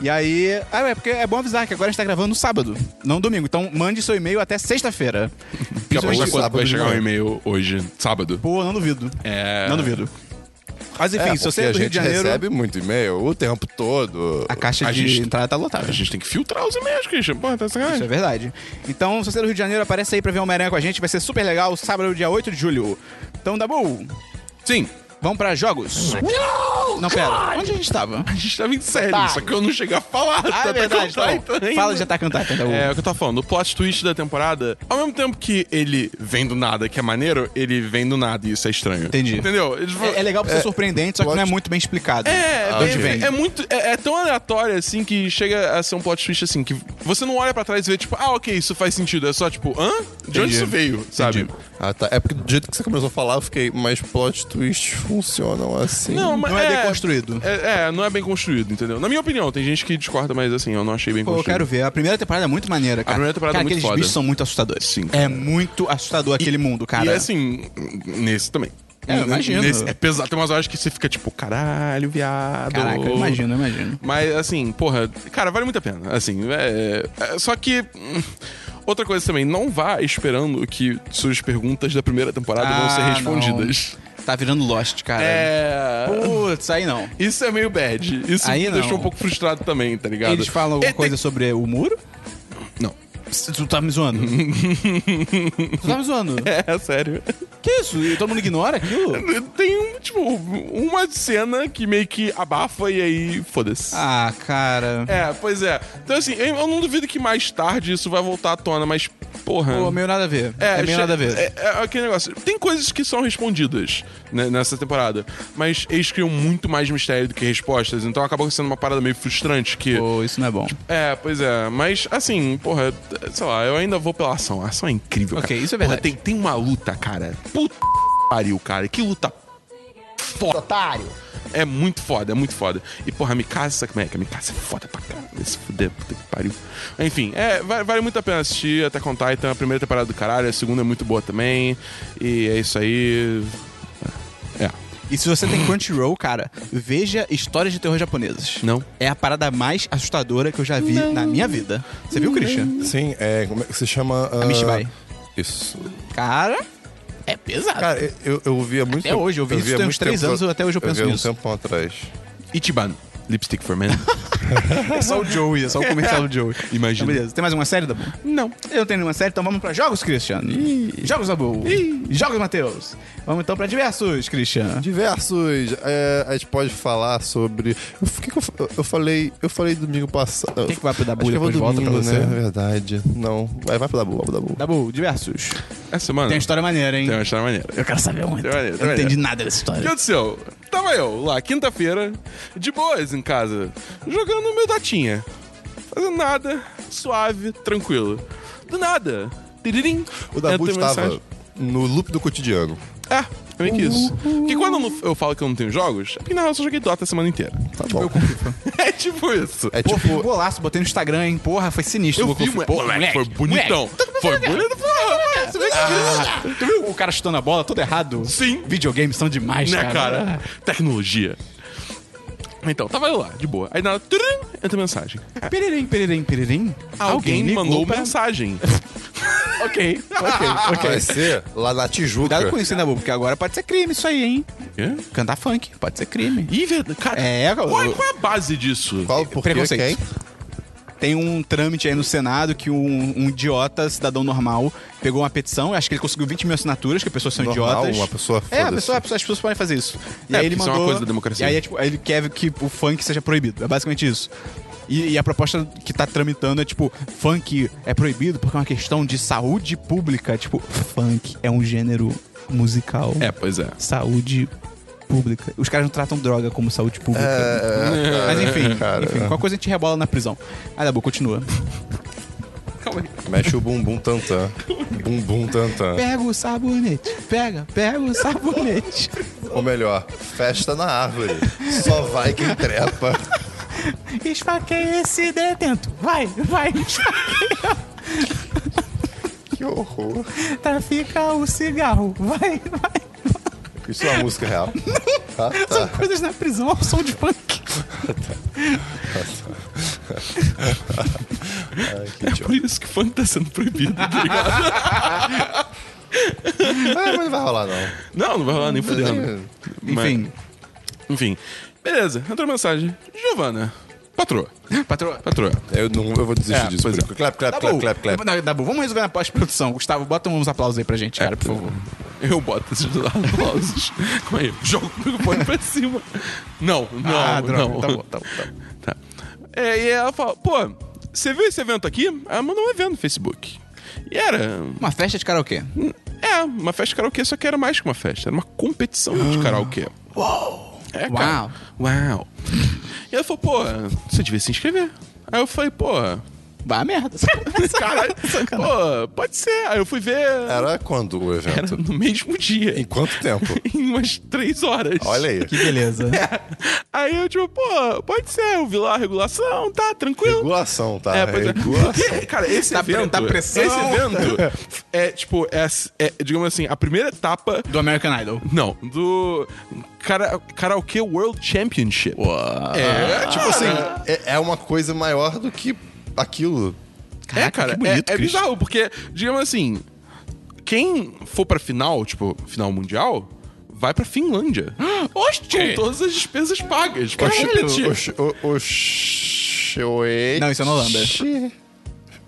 A: E aí. Ah, é, porque é bom avisar que agora a gente tá gravando no sábado, não no domingo. Então mande seu e-mail até sexta-feira.
C: Daqui a pouco
A: Isso
C: vai-
A: aí-
B: sábado
C: vai
B: de
C: chegar um
B: manhã.
C: e-mail hoje, sábado.
A: Pô, não duvido.
C: É.
A: Não duvido. Mas enfim,
B: é,
A: se você
B: porque
A: é
B: a
A: do Rio
B: gente
A: de Janeiro,
B: recebe muito e-mail o tempo todo.
A: a caixa
C: a
A: de
C: gente-
A: entrada tá lotada.
C: A gente tem que filtrar os e-mails, Christian. Porra, tá
A: Isso
C: sacanagem.
A: é verdade. Então, se você é do Rio de Janeiro, aparece aí pra ver Homem-Aranha com a gente. Vai ser super legal, sábado, dia 8 de julho. Então, Dabu,
C: Sim.
A: vamos pra jogos. Não, pera. Onde a gente tava?
C: A gente tava em sério, só que eu não cheguei a falar.
A: Tá. Ah, é
C: Tá
A: verdade.
C: cantando,
A: então.
C: tá indo.
A: Fala de Attack on Titan, Dabu.
C: É, o que eu tava falando, o plot twist da temporada, ao mesmo tempo que ele vem do nada, que é maneiro, ele vem do nada e isso é estranho.
A: Entendi.
C: Entendeu? Eles falam-
A: É, Ah, é legal pra ser surpreendente, só que
B: plot-
A: não é muito bem explicado.
C: É,
A: De onde
C: bem-
A: vem.
C: é muito. É, é tão aleatório assim que chega a ser um plot twist assim, que você não olha pra trás e vê, tipo, ah, ok, isso faz sentido. É só tipo, hã? De onde
A: Entendi.
C: isso veio? Sabe?
B: Ah, tá. É porque do jeito que você começou a falar, eu fiquei, mas plot twists funcionam assim.
C: Não, mas
A: Não é deconstruído.
C: É, é, não é bem construído, entendeu? Na minha opinião, tem gente que discorda, mas assim, eu não achei bem
A: Pô, eu
C: construído.
A: quero ver. A primeira temporada é muito maneira, cara.
C: primeira temporada
A: cara,
C: é muito
A: aqueles
C: foda.
A: bichos são muito assustadores.
C: Sim,
A: É
C: cara.
A: muito assustador aquele mundo, cara.
C: E assim, nesse também.
A: É, eu imagino.
C: Nesse- é pesado. Tem umas horas que você fica tipo, caralho, viado.
A: Caraca, eu imagino, eu imagino.
C: Mas, assim, porra, cara, vale muito a pena. Assim, é. é- Só que. hum, Outra coisa também, não vá esperando que suas perguntas da primeira temporada vão ser
A: Ah,
C: respondidas.
A: não. Tá virando Lost, cara.
C: É.
A: Putz, aí não.
C: Isso é meio bad. Isso
A: Aí
C: me
A: não.
C: deixou um pouco frustrado também, tá ligado?
A: Eles falam
C: É,
A: alguma
C: tem-
A: coisa sobre o muro?
C: Não.
A: Pss, Tu tá me zoando? tu tá me zoando?
C: É, sério.
A: Que isso? E todo mundo ignora aquilo?
C: Tem, um, tipo, uma cena que meio que abafa e aí foda-se.
A: Ah, cara.
C: É, pois é. Então, assim, eu eu não duvido que mais tarde isso vai voltar à tona, mas, porra.
A: Pô, meio nada a ver. É, meio
C: che-
A: nada a ver.
C: É, é aquele negócio. Tem coisas que são respondidas né, nessa temporada, mas eles criam muito mais mistério do que respostas, então acaba sendo uma parada meio frustrante que.
A: Pô, isso não é bom.
C: É, pois é. Mas, assim, porra, t- sei lá, eu ainda vou pela ação. A ação é incrível, cara.
A: Ok, isso é
C: Porra,
A: verdade.
C: tem, tem uma luta, cara. Puta pariu, cara. Que luta foda.
D: Otário.
C: É muito foda, é muito foda. E, porra, Mikasa, sabe como é que é? Mikasa é foda pra caralho. Se fuder, puta que pariu. Enfim, é, va- vale muito a pena assistir até on Titan. A primeira temporada do caralho, a segunda é muito boa também. E é isso aí. É.
A: E se você tem Crunchyroll, cara, veja histórias de terror japonesas.
C: Não.
A: É a parada mais assustadora que eu já vi na minha vida. Você viu, Christian?
B: Sim, é. Como é que se chama? Ah,
A: Amishibai.
B: Isso.
A: Cara, é pesado.
B: Cara, eu, eu via muito
A: Até hoje, eu vi isso tem
B: há
A: uns
B: muito
A: três
B: tempo-
A: anos, até hoje eu penso
B: vi há
A: nisso.
B: um tempo atrás.
C: Ichiban, Lipstick for Men.
A: é só o Joey, é só o comercial do Joey. Então,
C: Imagina.
A: beleza. Tem mais uma série, Dabu? Não. Eu não tenho nenhuma série, então vamos pra jogos, Christian. Jogos, Dabu. Jogos, Matheus. Vamos então pra diversos, Christian.
B: Diversos. é, a gente pode falar sobre. O que, que eu, fa- eu falei? Eu falei domingo passado.
A: que que vai pro Dabu
B: Acho que eu vou
A: depois volta pra
B: domingo,
A: você?
B: Né? É verdade. Não. Vai, vai pro Dabu, vai pro Dabu.
A: Dabu, diversos.
C: Essa semana.
A: Tem uma história maneira, hein?
C: Tem uma história maneira.
A: Eu quero saber muito.
C: Tem maneira, tem
A: eu não entendi
C: maneira.
A: nada dessa
C: O que
A: história.
C: aconteceu? Tava eu lá, quinta-feira, de boas em casa, jogando meu datinha. Fazendo nada, suave, tranquilo. Do nada. Tiririm,
B: O Dabu
C: entra
B: estava
C: mensagem.
B: no loop do cotidiano.
C: É, é meio que isso. Porque quando eu, não- eu falo que eu não tenho jogos, é porque na real eu só joguei Dota a semana inteira.
B: Tá bom.
C: É tipo isso.
B: É
A: Pô, fiz um
B: tipo.
A: golaço, botei no Instagram, hein? Porra, foi sinistro.
C: Eu
A: Goku.
C: vi, moleque,
A: Pô,
C: pô, moleque, foi bonitão. Foi bonito, porra.
A: Ah, tu viu o cara chutando a bola todo errado?
C: Sim.
A: Videogames são demais,
C: Né,
A: cara.
C: cara? Tecnologia. Então, tava eu lá, de boa. Aí nada, tiririm, entra mensagem.
A: Pererim, pererim, pererim.
C: Alguém me
A: ligou
C: mandou um- Ah,
A: pra-
C: mensagem.
A: Ok, ok, ok.
B: ah, Vai ser lá na Tijuca.
A: Cuidado com isso, ainda, porque agora pode ser crime isso aí, hein? Cantar funk, pode ser crime.
C: Ih, verdade. Cara,
A: É,
C: qual,
A: eu-
C: qual é a base disso?
B: Qual? Por quê?
A: Preconceito.
B: Quem?
A: Tem um trâmite aí no Senado que um, um idiota, cidadão normal, pegou uma petição, acho que ele conseguiu 20 mil assinaturas, que pessoas são
B: Normal,
A: idiotas.
B: uma pessoa,
A: É, a
B: foda-se.
A: pessoa, as pessoas podem fazer isso. E
C: É,
A: aí ele
C: porque isso é
A: mandou.
C: uma coisa da democracia.
A: E aí, é, tipo, ele quer que o funk seja proibido. É basicamente isso. E, e a proposta que tá tramitando é tipo, funk é proibido porque é uma questão de saúde pública. Tipo, funk é um gênero musical.
C: É, pois é.
A: Saúde pública. Os caras não tratam droga como saúde
B: É,
A: pública. Mas enfim, enfim, qualquer coisa a gente rebola na prisão. Ah, Dabu, continua.
B: é. Mexe o bumbum tantã. bumbum tantã.
A: Pega o sabonete, pega, pega o sabonete.
B: Ou melhor, festa na árvore. Só vai quem trepa.
A: Esfaqueia esse detento. Vai, vai, esfaqueia.
B: Que horror.
A: Trafica Tá, o cigarro. Vai, vai.
B: Isso é uma música real. Ah,
C: é
A: São
B: tá.
A: coisas na prisão ao som de funk.
B: Ai, que idiota.
C: Por isso que funk tá sendo proibido, tá ligado?
B: Ah, mas não vai rolar, não.
C: Não, não vai rolar nem
B: É,
C: fudendo. Mas-
A: Enfim.
C: Enfim. Beleza, entrou mensagem. Giovana, patroa. Patroa. Patroa.
B: Eu, não, eu vou desistir
C: É,
B: disso.
C: pois é.
B: Clap, clap,
A: Dabu,
B: clap, clap, clap.
A: Não, Dabu, vamos resolver na pós-produção. Gustavo, bota uns aplausos aí pra gente,
C: É,
A: cara, por favor.
C: Eu boto esses aplausos. Calma aí, jogo o microfone pra cima. Não, não,
A: Ah, droga.
C: não.
A: Tá bom, tá bom, tá bom.
C: Tá. É, e ela fala, pô, você viu esse evento aqui? Ela mandou um evento no Facebook. E era
A: Uma festa de karaokê.
C: É, uma festa de karaokê, só que era mais que uma festa, era uma competição de karaokê. Uau! É,
A: Ah.
C: cara.
A: Uau.
C: Uau! E ela falou, pô, você devia se inscrever. Aí eu falei, pô,
A: Vai a merda.
C: Caralho. Pô, pode ser. Aí eu fui ver
B: Era quando o evento?
C: era no mesmo dia.
B: Em quanto tempo?
C: Em umas três horas.
B: Olha aí.
A: Que beleza.
C: Aí eu, tipo, pô, pode ser. Eu vi lá a regulação, tá, tranquilo.
B: Regulação, tá?
C: É, pois é.
B: Regulação.
C: Porque, Cara, esse
A: Tá pre-
C: evento.
A: tá pressão.
C: Esse evento é, tipo, é, é, digamos assim, a primeira etapa.
A: Do American Idol.
C: Não, do. Cara, karaokê World Championship.
A: Ah,
B: É, tipo assim, é, é uma coisa maior do que aquilo.
C: é, cara,
A: que bonito,
C: é, é
A: Cristo.
C: bizarro, porque, digamos assim, quem for pra final, tipo, final mundial, vai pra Finlândia. Com
A: Oxi!
C: todas as despesas pagas. Tipo, pra competir.
B: Oxe, o- oxe, oxe.
A: Não, isso é na Holanda.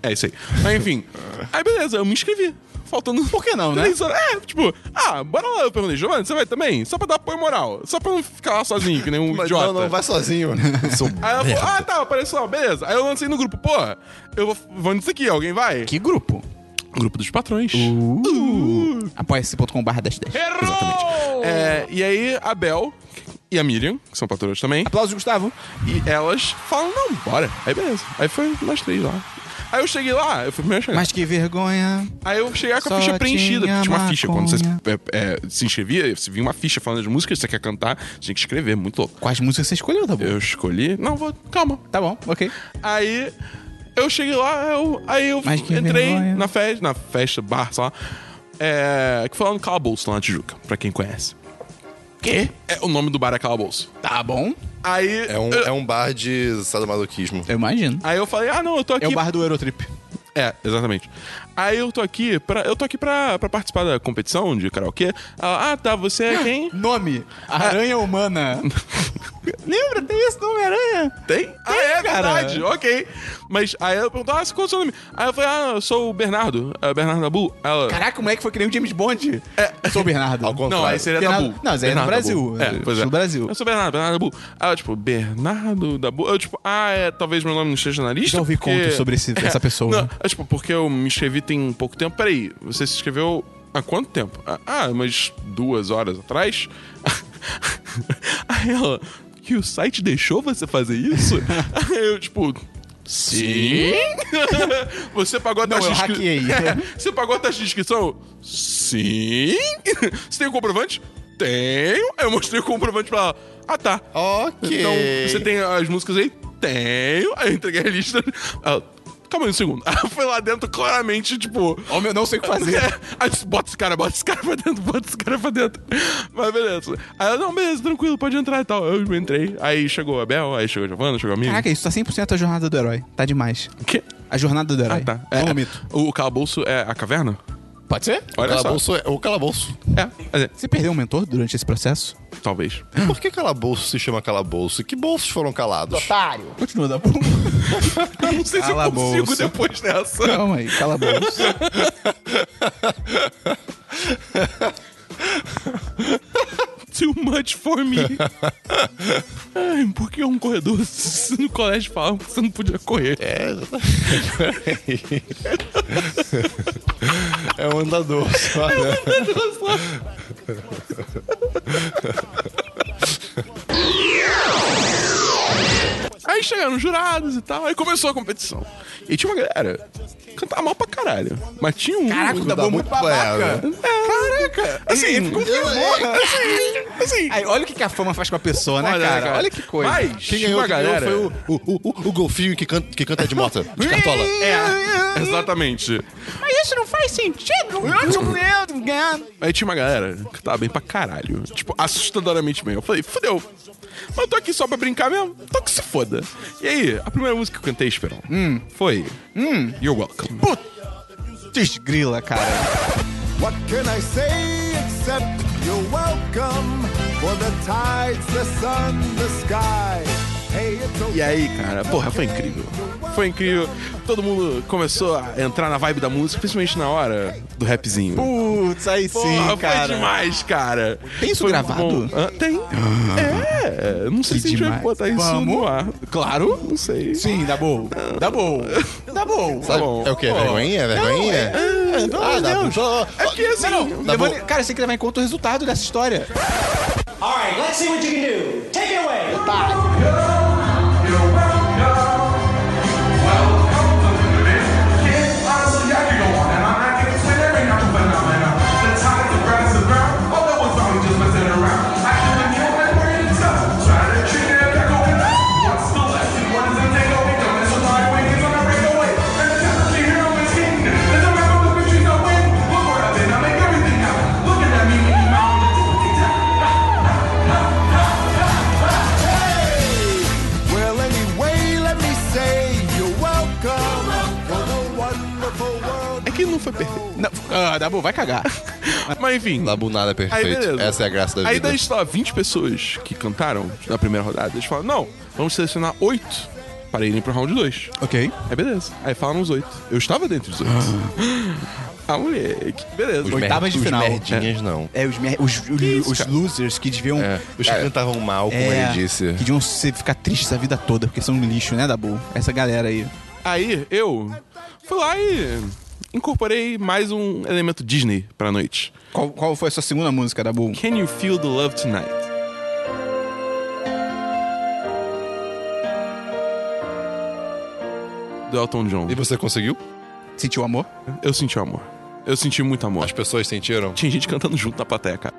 C: É isso aí. Mas enfim. aí beleza, eu me inscrevi. Faltando. Por que
A: não, né?
C: três Horas. É, tipo, ah, bora lá. Eu perguntei, Giovanni, você vai também? Só pra dar apoio moral. Só pra não ficar lá sozinho, que nem um
B: Mas
C: idiota.
B: não, não, vai sozinho. Sou-
C: Aí ela falou, ah, tá, apareceu lá, beleza. Aí eu lancei no grupo, pô, eu vou, vou nisso aqui, alguém vai? Uh,
A: Que grupo?
C: Grupo dos patrões.
A: Apoia-se.com.br 1010.
C: Exatamente. É, e aí a Bel e a Miriam, que são patroas também,
A: Aplausos, Gustavo.
C: e elas falam, não, bora. Aí beleza. Aí foi nós três lá. Aí eu cheguei lá, eu fui primeiro a chegar.
A: Mas que vergonha.
C: Aí eu cheguei com a
A: Só
C: ficha preenchida,
A: tinha
C: porque tinha uma ficha. Quando você
A: maconha.
C: é, é, se inscrevia, você via uma ficha falando as músicas que você quer cantar, você tinha que escrever, muito louco.
A: Quais músicas você escolheu, tá bom?
C: Eu escolhi. Não, vou. Calma.
A: Tá bom, ok.
C: Aí eu cheguei lá, eu- aí eu
A: Mas que
C: entrei
A: vergonha.
C: na festa, na festa, bar, sei lá. É, que foi lá no Calabouço, lá na Tijuca, pra quem conhece.
A: Quê?
C: É, o nome do bar é Calabouço.
A: Tá bom,
C: Aí.
B: É um,
C: eu,
B: é um bar de sadomasoquismo.
A: eu imagino.
C: Aí eu falei, ah, não, eu tô aqui.
A: É o bar do Eurotrip.
C: É, exatamente. Aí eu tô aqui pra, eu tô aqui pra, pra participar da competição de karaokê. Ela, ah, tá, você é quem?
A: Nome: Aranha Humana. Lembra? Tem esse nome, Aranha?
C: Tem? Ah, é
A: cara.
C: verdade, ok. Mas aí ela perguntou, ah, qual é o seu nome? Aí eu falei, ah, eu sou o Bernardo, é o Bernardo Nabu. Ela,
A: Caraca, o moleque foi que nem o James Bond. É. Sou o Bernardo.
B: Ao contrário.
C: não, aí seria
A: Bernardo-
C: Nabu.
A: não, mas aí é no
C: Bernardo
A: Brasil,
C: Dabu. É, pois é.
A: no Brasil.
C: Eu sou Bernardo, Bernardo Nabu. Aí ela, tipo, Bernardo Nabu? Eu, tipo, ah, é, talvez meu nome não esteja na lista.
A: Já ouvi
C: porque-
A: contos sobre esse- essa pessoa. né?
C: Não, é, tipo, porque eu me inscrevi tem um pouco tempo. Peraí, você se inscreveu há quanto tempo? Ah, Ah, umas duas horas atrás. Aí ela, que o site deixou você fazer isso? Aí eu, tipo... Sim? você pagou a
A: Não,
C: taxa
A: eu
C: de inscri-
A: hackeei.
C: É, você pagou a taxa de inscrição? Sim. Você tem o comprovante? Tenho. Aí eu mostrei o comprovante pra ela. Ah, tá.
B: Ok.
C: Então, você tem as músicas aí? Tenho. Aí eu entreguei a lista. Ela, Calma aí um segundo. Ela foi lá dentro claramente, tipo...
A: Ó, meu, não sei o que fazer.
C: É, aí eu disse, bota esse cara, bota esse cara pra dentro, bota esse cara pra dentro. Mas beleza. Aí eu, não, beleza, tranquilo, pode entrar e tal. Eu entrei. Aí chegou a Bel, aí chegou a Giovanna, chegou a minha.
A: Caraca, isso tá 100% a jornada do herói. Tá demais.
C: que...
A: A jornada do herói.
C: Ah, tá.
A: É,
C: É,
A: um mito.
C: O calabouço é a caverna?
A: Pode ser?
C: Olha só.
B: calabouço é o calabouço.
C: É, mas é,
A: Você perdeu um mentor durante esse processo?
C: talvez.
B: Por que calabouço se chama calabouço? Que bolsos foram calados?
D: Otário.
A: Continua da porra.
C: Eu não sei
B: Tá
C: se eu
A: Calabouço.
C: consigo depois dessa.
A: Calma aí, cala a boca.
C: Too much for me. Ai, por que um corredor se no colégio falavam que você não podia correr?
B: É. é um andador só,
C: É
B: né?
C: Aí chegaram os jurados e tal, aí começou a competição. E tinha uma galera que cantava mal pra caralho. Mas tinha um.
A: Caraca, o
B: Dá
A: Dabu é muito
B: muito
A: babaca.
B: pra né?
C: É,
A: Caraca! Assim, ele ficou assim, assim. Aí, olha o que que a fama faz com a pessoa, né,
C: Olha,
A: cara?
C: cara.
A: Olha que coisa.
C: Mas
B: Quem
C: tinha
B: ganhou,
C: uma
B: quem ganhou
C: galera.
B: foi o, o, o, o golfinho que canta, que canta de mota, de cartola.
C: É, exatamente.
A: Mas isso não faz sentido.
C: Aí tinha uma galera que tava bem pra caralho. Tipo, assustadoramente bem. Eu falei, fudeu. Mas eu tô aqui só pra brincar mesmo. Tô que se foda. E aí, a primeira música que eu cantei, Esperão,
A: Hum.
C: foi You're Welcome.
A: Desgrila, cara.
J: What can I say except you're welcome for the tides, the sun, the sky? Hey, it's
C: E aí, cara, porra, foi incrível. Foi incrível. Todo mundo começou a entrar na vibe da música, principalmente na hora do rapzinho.
A: Putz, aí sim,
C: Porra,
A: cara.
C: foi demais, cara.
A: Tem isso
C: Foi
A: gravado? Ah.
C: bom. Hã? tem. É, não sei
A: Que
C: se a gente vai
A: demais.
C: botar isso
A: Vamos?
C: no ar. Claro, não sei. Tá
A: Sim, dá bom. Dá bom. Dá bom.
B: Sabe-
C: bom. é,
B: É o quê? Vergonhinha? Vergonhinha? Ah,
A: Pelo amor de
B: dá-
A: Deus.
B: ó, ó,
A: É porque assim,
B: dá
A: levando-
B: bom.
A: cara, você tem que levar em conta o resultado dessa história.
D: Otário.
C: É que não foi perfeito.
A: Não. Ah, Dabu, vai cagar.
C: Mas enfim.
B: Dabu nada é perfeito.
C: Aí, beleza.
B: Essa é a graça da
C: Aí
B: vida.
C: das, sei lá, 20 pessoas que cantaram na primeira rodada, eles falam, não, vamos selecionar 8 para irem pro round 2.
A: Ok.
C: Aí beleza. Aí falam os 8. Eu estava dentro dos 8. ah, moleque. Beleza.
B: Os
A: oitavas de
B: mer-
A: final.
B: Os merdinhas, não.
A: É, os, mer- os, os,
C: isso,
A: os
C: cara?
A: losers que deviam.
B: É. Os que
A: Cara,
B: cantavam mal, como
A: é,
B: ele disse.
A: Que deviam se- ficar tristes a vida toda, porque são um lixo, né, Dabu? Essa galera aí.
C: Aí eu fui lá e incorporei mais um elemento Disney pra noite.
A: Qual, qual foi a sua segunda música, Dabu?
C: Can you feel the love tonight? Do Elton John.
B: E você conseguiu?
A: Sentiu amor?
C: Eu senti o amor. Eu senti muito amor.
B: As pessoas sentiram?
C: Tinha gente cantando junto na plateia, cara.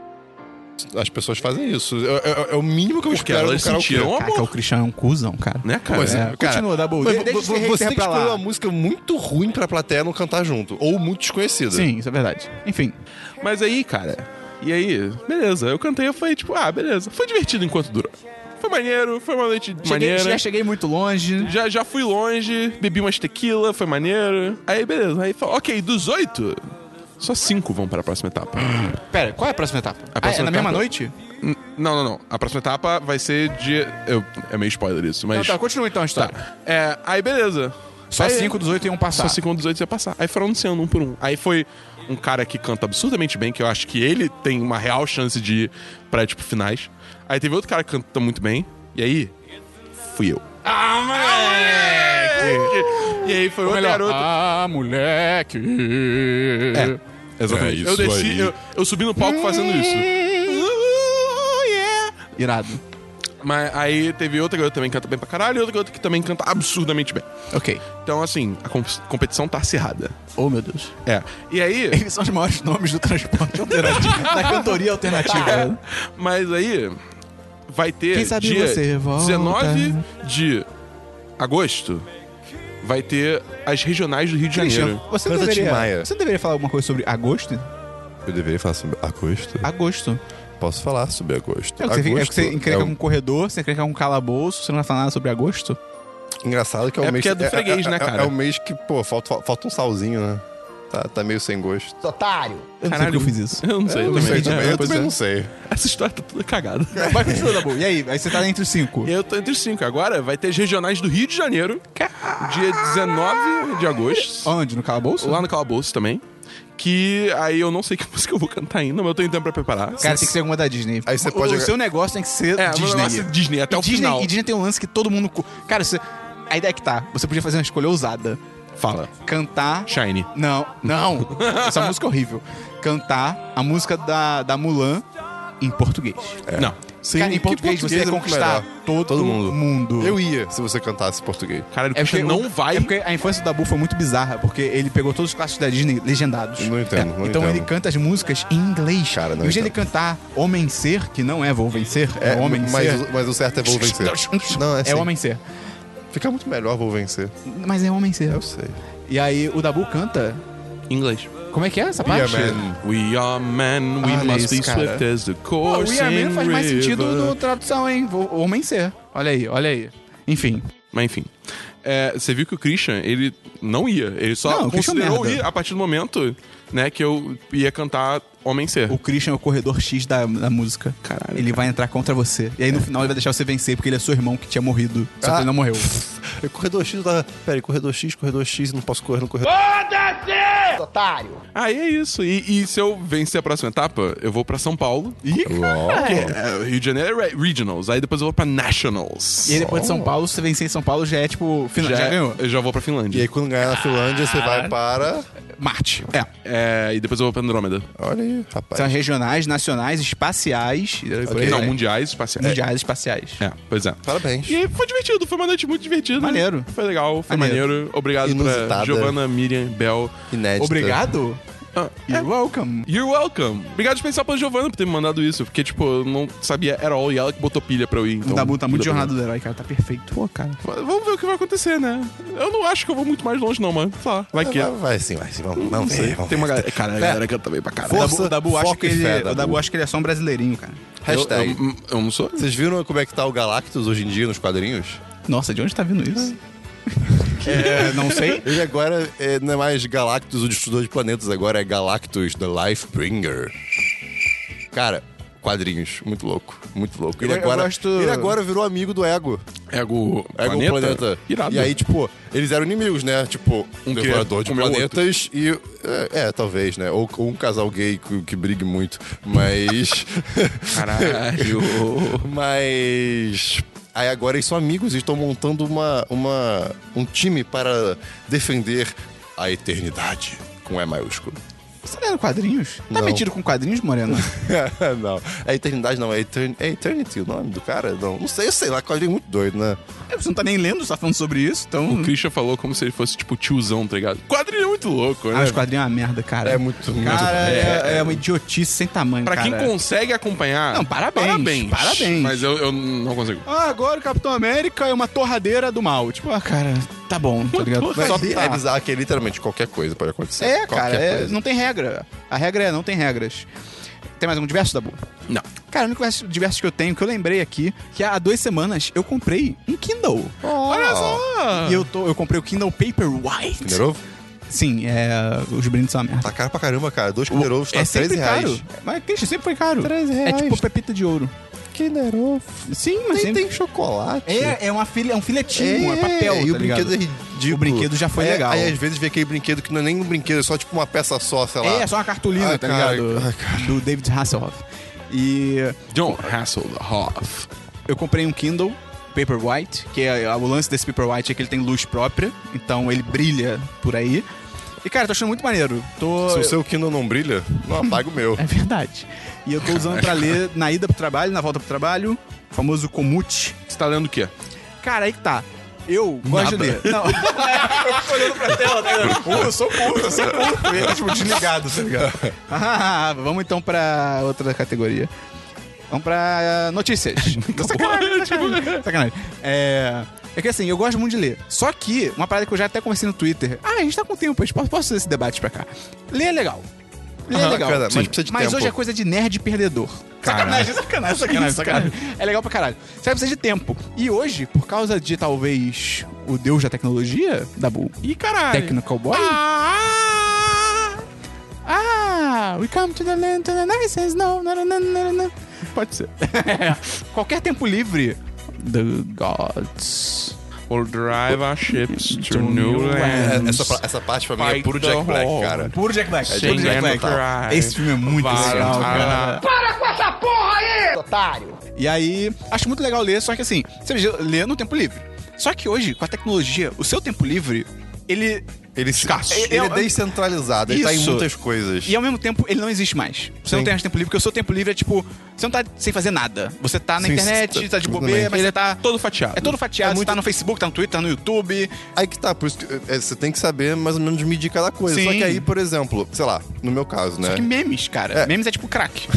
B: As pessoas fazem isso. É, é- é o mínimo que eu
C: Porque
B: espero
C: elas
B: do karaokê.
C: sentiram
A: Caraca, o
C: amor.
A: Christian é um cuzão, cara.
C: Né, cara?
B: Mas
A: É,
B: Cara,
A: continua, Dabu.
B: Mas
A: De-
B: vo-
A: deixa
B: vo-
A: esse
B: você
A: hater
B: que
A: pra lá.
B: escolheu uma música muito ruim pra plateia não cantar junto. Ou muito desconhecida.
A: Sim, isso é verdade. Enfim.
C: Mas aí, cara. E aí, beleza. Eu cantei, eu falei, tipo, ah, beleza. Foi divertido enquanto durou. Foi maneiro, foi uma noite
A: Cheguei,
C: maneira.
A: já cheguei muito longe.
C: Já, já fui longe, bebi umas tequila, foi maneiro. Aí, beleza. Aí fala, ok, dos oito, só cinco vão para a próxima etapa.
A: Pera, qual é a próxima etapa?
C: A próxima
A: ah, é na mesma
C: etapa-
A: noite?
C: N- não, não, não. A próxima etapa vai ser de. eu- é meio spoiler isso, mas.
A: Tá, tá, continua então a história.
C: É, aí, beleza.
A: Só
C: Aí-
A: 5 dos 8 iam passar.
C: Só cinco dos oito ia passar. Aí foram anunciando um por um. Aí foi um cara que canta absurdamente bem, que eu acho que ele tem uma real chance de ir pra, tipo, finais. Aí teve outro cara que canta muito bem. E aí, fui eu. Ah,
A: Tá. É,
C: moleque! E aí foi outro garoto.
I: Ah, moleque.
C: É. Exatamente. eu desci, eu, eu subi no palco fazendo isso. Uh, yeah.
A: Irado.
C: Mas aí teve outra garota também que canta bem pra caralho e outra garota que também canta absurdamente bem.
A: Ok.
C: Então, assim, a com- competição tá acirrada.
A: Oh, meu Deus.
C: É. E aí.
A: Eles são os maiores nomes do transporte alternativo. da cantoria alternativa.
C: Mas aí vai ter
A: Quem sabe
C: dia
A: você volta.
C: 19 de agosto vai ter as regionais do Rio de
A: Christian,
C: Janeiro.
A: você não,
B: Canta Tim
A: deveria,
B: Maia.
A: você não deveria falar alguma coisa sobre agosto?
B: Eu deveria falar sobre agosto?
A: Agosto.
B: Posso falar sobre agosto.
A: É o que você, fica, é o que você
B: Agosto
A: encrenca
B: é o-
A: com um corredor, você encrenca com um calabouço, você não vai falar nada sobre agosto?
B: Engraçado que é o
C: É
B: mês...
C: porque é do freguês, né, cara?
B: É, o mês que, pô, falta, falta um salzinho, né? Tá, tá meio sem gosto.
D: Otário.
A: Eu não sei
C: Caralho.
A: porque eu fiz isso.
C: Eu não sei,
B: Eu não
C: também.
B: sei
C: É,
B: também, eu
C: pois
B: também
C: é.
B: não sei. É.
C: Essa história tá toda cagada.
A: Mas continua, Dabu. E aí? Aí você tá entre os cinco.
C: E eu tô entre os cinco. Agora vai ter as regionais do Rio de Janeiro, dia 19 de agosto.
A: Onde? No calabouço?
C: Lá no Calabouço também. Que aí eu não sei que música eu vou cantar ainda, mas eu tenho tempo pra preparar.
A: Cara, tem que ser alguma da Disney.
B: Aí você
A: O-
B: pode-
A: O seu negócio tem que ser
C: É,
A: Disney.
C: Disney. Negócio, é Disney até
A: e
C: o
A: Disney,
C: final.
A: E Disney tem um lance que todo mundo. cu- Cara, você... a ideia é que tá. Você podia fazer uma escolha ousada.
C: Fala.
A: Cantar.
C: Shine.
A: Não, não. Essa música é horrível. Cantar a música da, da Mulan em português.
C: É. Não.
B: Sim,
A: Cara, em
B: que
A: português, você ia
B: é muito
A: conquistar
B: melhor.
A: todo, mundo.
B: mundo. Eu ia se você cantasse português.
C: Caralho, o
A: É porque
C: Christian não
A: o-
C: vai.
A: É porque a infância do Dabu foi muito bizarra, porque ele pegou todos os clássicos da Disney legendados.
B: Eu não entendo,
A: É,
B: não
A: então
B: entendo.
A: ele canta as músicas em inglês.
B: Cara, não
A: Em vez de ele
B: entendo.
A: cantar Homem Ser, que não é Vou Vencer, é, Homem
B: mas,
A: Ser.
B: o- mas o certo é vou vencer. Não, é,
A: É
B: assim.
A: Homem Ser.
B: Fica muito melhor vou vencer.
A: Mas é Homem Ser.
B: Eu sei.
A: E aí o Dabu canta.
C: Em inglês.
A: Como é que é essa
B: Yeah,
A: parte?
B: man.
C: We are men, we
A: Olha
C: must
A: isso,
C: be
A: cara.
C: swift as the
A: Pô,
C: course.
A: We Are Man faz mais
C: river.
A: sentido no tradução, hein? Vou- Homem Ser. Olha aí, olha aí. Enfim.
C: Mas enfim. É, você viu que o Christian, ele não ia. Ele só
A: Não, o Christian é
C: considerou
A: merda.
C: ir a partir do momento, né, que eu ia cantar Homem Ser.
A: O Christian é o corredor X da, da música.
C: Caralho,
A: Ele vai entrar contra você. E aí no final ele vai deixar você vencer, porque ele é seu irmão que tinha morrido. Só que ele não morreu.
B: É corredor X da. Pera, aí, corredor X, corredor X, não posso correr no corredor.
D: Otário.
C: Aí é isso. E, e se eu vencer a próxima etapa, eu vou pra São Paulo. Ih, é, Rio de Janeiro é Regionals. Aí depois eu vou pra Nationals.
A: E aí depois de São Paulo, se você vencer em São Paulo, já é tipo. Final, já,
C: já,
A: ganhou.
C: eu já vou pra Finlândia.
B: E aí, quando ganhar na Finlândia, você vai para.
A: Marte. É.
C: É, e depois eu vou pra Andrômeda.
B: Olha aí, rapaz.
C: Tá.
A: São regionais, nacionais, espaciais. e por aí
C: Não,
A: vai.
C: mundiais, espaciais.
A: mundiais, espaciais.
C: É, pois é.
B: Parabéns.
C: E foi divertido, foi uma noite muito divertida.
A: Maneiro.
C: Foi legal, foi
A: Maneiro.
C: maneiro. Obrigado pra
B: Inusitada.
C: Giovanna, Miriam, Bel.
B: Inédito.
A: Obrigado.
C: Ah, é.
A: You're welcome.
C: You're welcome. Obrigado especial pra Giovanna por ter me mandado isso, porque, tipo, eu não sabia at all e ela que botou pilha pra eu ir. Então,
A: o Dabu tá muito
C: pilha pra
A: jornada do herói, cara. Tá perfeito. Pô, cara.
C: mim. Vamos ver o que vai acontecer, né? Eu não acho que eu vou muito mais longe, não, mano. Sei lá, vai que. é.
B: Vai, vai sim, vai sim. Vamos, vamos
C: Sei,
B: ver, vamos
C: Tem uma
B: ver.
C: galera. Cara, a galera canta bem pra caralho.
B: Força,
A: o Dabu, acho
B: foco
A: que
B: e
A: ele,
B: fé,
A: o Dabu
B: Dabu.
A: acha que ele é só um brasileirinho, cara.
C: Eu, eu,
B: Hashtag.
C: eu não sou?
B: Vocês viram como é que tá o Galactus hoje em dia nos quadrinhos?
A: Nossa, de onde tá vindo isso?
B: aqui.
A: É, não sei.
B: Ele agora é, não é mais Galactus, o destruidor de planetas, agora é Galactus, The Lifebringer. Cara, quadrinhos, muito louco, muito louco. Ele
A: Eu- eu
B: agora,
A: gosto-
B: ele agora virou amigo do Ego.
C: Ego,
B: Ego
C: É planeta?
B: Planeta.
C: Irado.
B: E aí, tipo, eles eram inimigos, né? Tipo, um
C: queria
B: devorador de
C: comer o
B: planetas e. É, é, talvez, né? Ou, ou um casal gay que, que brigue muito. Mas.
C: Caralho.
B: Mas. Aí agora eles são amigos e estão montando uma, uma, um time para defender a eternidade. Com E maiúsculo.
A: Você lê quadrinhos? Tá
B: Não.
A: metido com quadrinhos, Moreno?
B: não, a eternidade não, é, etern, é Eternity o nome do cara? Não, não sei, sei lá, quadrinho muito doido, né?
A: É, Você não tá nem lendo, você tá falando sobre isso, então.
C: O Christian falou como se ele fosse, tipo, tiozão, tá ligado? Quadrilha é muito louco,
A: Ah,
C: né?
A: os quadrinhos é uma merda, cara.
B: É muito, muito
A: Cara,
B: doido.
A: é, é uma idiotice sem tamanho,
C: Pra
A: cara.
C: quem consegue acompanhar.
A: Não, parabéns,
C: Parabéns.
A: parabéns.
C: Mas eu, eu não consigo.
A: Ah, agora o Capitão América é uma torradeira do mal. Tipo, ah, cara, tá bom, tá ligado?
B: Mas
A: Só
B: é
A: tá.
B: bizarro que literalmente qualquer coisa pode acontecer.
A: É,
B: Qualquer
A: cara, é-
B: coisa.
A: não tem regra. A regra é não tem regras. Tem mais algum diverso, Dabu?
C: Não.
A: Cara, o único diverso- diverso que eu tenho, que eu lembrei aqui, que há duas semanas eu comprei um Kindle.
B: Olha só!
A: E eu, tô, eu comprei o Kindle Paperwhite.
B: Kinder Ovo?
A: Sim, é, os brindes são uma merda.
B: Tá caro pra caramba, cara. Dois Kinder Ovos tá
A: é
B: 13
A: sempre
B: reais.
A: caro. Mas, Christian, sempre foi caro.
B: 13
A: É
B: reais.
A: tipo pepita de ouro.
B: Kinder Ovo.
A: Sim, mas
B: Nem
A: sempre...
B: tem chocolate.
A: É, é, uma filha, é um filetinho, é, papel,
B: e o
A: tá ligado?
B: brinquedo é ridículo.
A: O brinquedo já foi
B: É,
A: legal.
B: Aí às vezes vê aquele brinquedo que não é nem um brinquedo, é só tipo uma peça só, sei lá.
A: É, é só uma cartolina,
B: Ai,
A: tá
B: cara,
A: ligado?
B: ai, cara.
A: Do David Hasselhoff. E
C: John Hasselhoff.
A: eu comprei um Kindle Paperwhite, que é o lance desse Paperwhite é que ele tem luz própria, então ele brilha por aí. E cara, tô achando muito maneiro. Tô
B: Se o seu Kindle não brilha, não apaga o meu.
A: É verdade. E eu tô usando pra ler na ida pro trabalho, na volta pro trabalho, o famoso comute.
C: Você tá lendo o quê?
A: Cara, aí que tá. Eu gosto de ler. Não.
B: eu sou burro, eu sou burro. Ele é tipo desligado, tá ligado?
A: Ah, vamos então pra outra categoria. Vamos pra ah, notícias. sacanagem,
B: Tipo, né?
A: sacanagem. sacanagem. É... é que assim, eu gosto muito de ler. Só que, uma parada que eu já até comecei no Twitter. Ah, a gente tá com tempo, a gente po- posso fazer esse debate pra cá. Ler é legal. Ler é
B: Aham,
A: legal.
B: cara, mas precisa de tempo.
A: hoje é coisa de nerd perdedor. Sacanagem, sacanagem, sacanagem, sacanagem. É legal pra caralho. Você vai precisar de tempo. E hoje, por causa de talvez o deus da tecnologia, Dabu,
C: Ih, caralho.
A: Technical Boy,
C: Ah!
A: Ah, we come to the land to the nice and snow. na, na, na, na, na. Pode ser. Qualquer tempo livre. The gods.
C: Or drive our ships to new
A: É,
C: lands.
B: Essa, pa- essa parte pra mim é
C: Fight
B: puro
C: the
B: Jack Black,
C: whole.
B: cara.
A: Puro Jack Black.
C: Sim,
A: Puro Jack
C: é
A: Black.
C: verdade.
A: Esse filme é muito
C: Vai,
A: legal,
C: vai.
A: cara.
D: Otário.
A: E aí, acho muito legal ler, só que assim, você precisa ler no tempo livre. Só que hoje, com a tecnologia, o seu tempo livre, ele.
B: Ele,
A: Escasso.
B: ele é
A: Eu-
B: descentralizado, ele tá em
A: Isso.
B: muitas coisas.
A: E ao mesmo tempo, ele não existe mais. Você
B: Sim.
A: não tem mais tempo livre, porque o seu tempo livre é tipo. Você não tá sem fazer nada. Você tá na
B: Sim,
A: internet,
B: sim,
A: tá de bobeira,
B: exatamente.
A: mas você tá.
C: Todo fatiado.
A: É todo fatiado,
B: É
A: você
B: muito-
A: tá no Facebook, tá no Twitter, tá no YouTube.
B: Aí que tá, por isso que é, você tem que saber mais ou menos medir cada coisa.
A: Sim.
B: Só que aí, por exemplo, sei lá, no meu caso, né?
A: Só que memes, cara. Memes é tipo crack.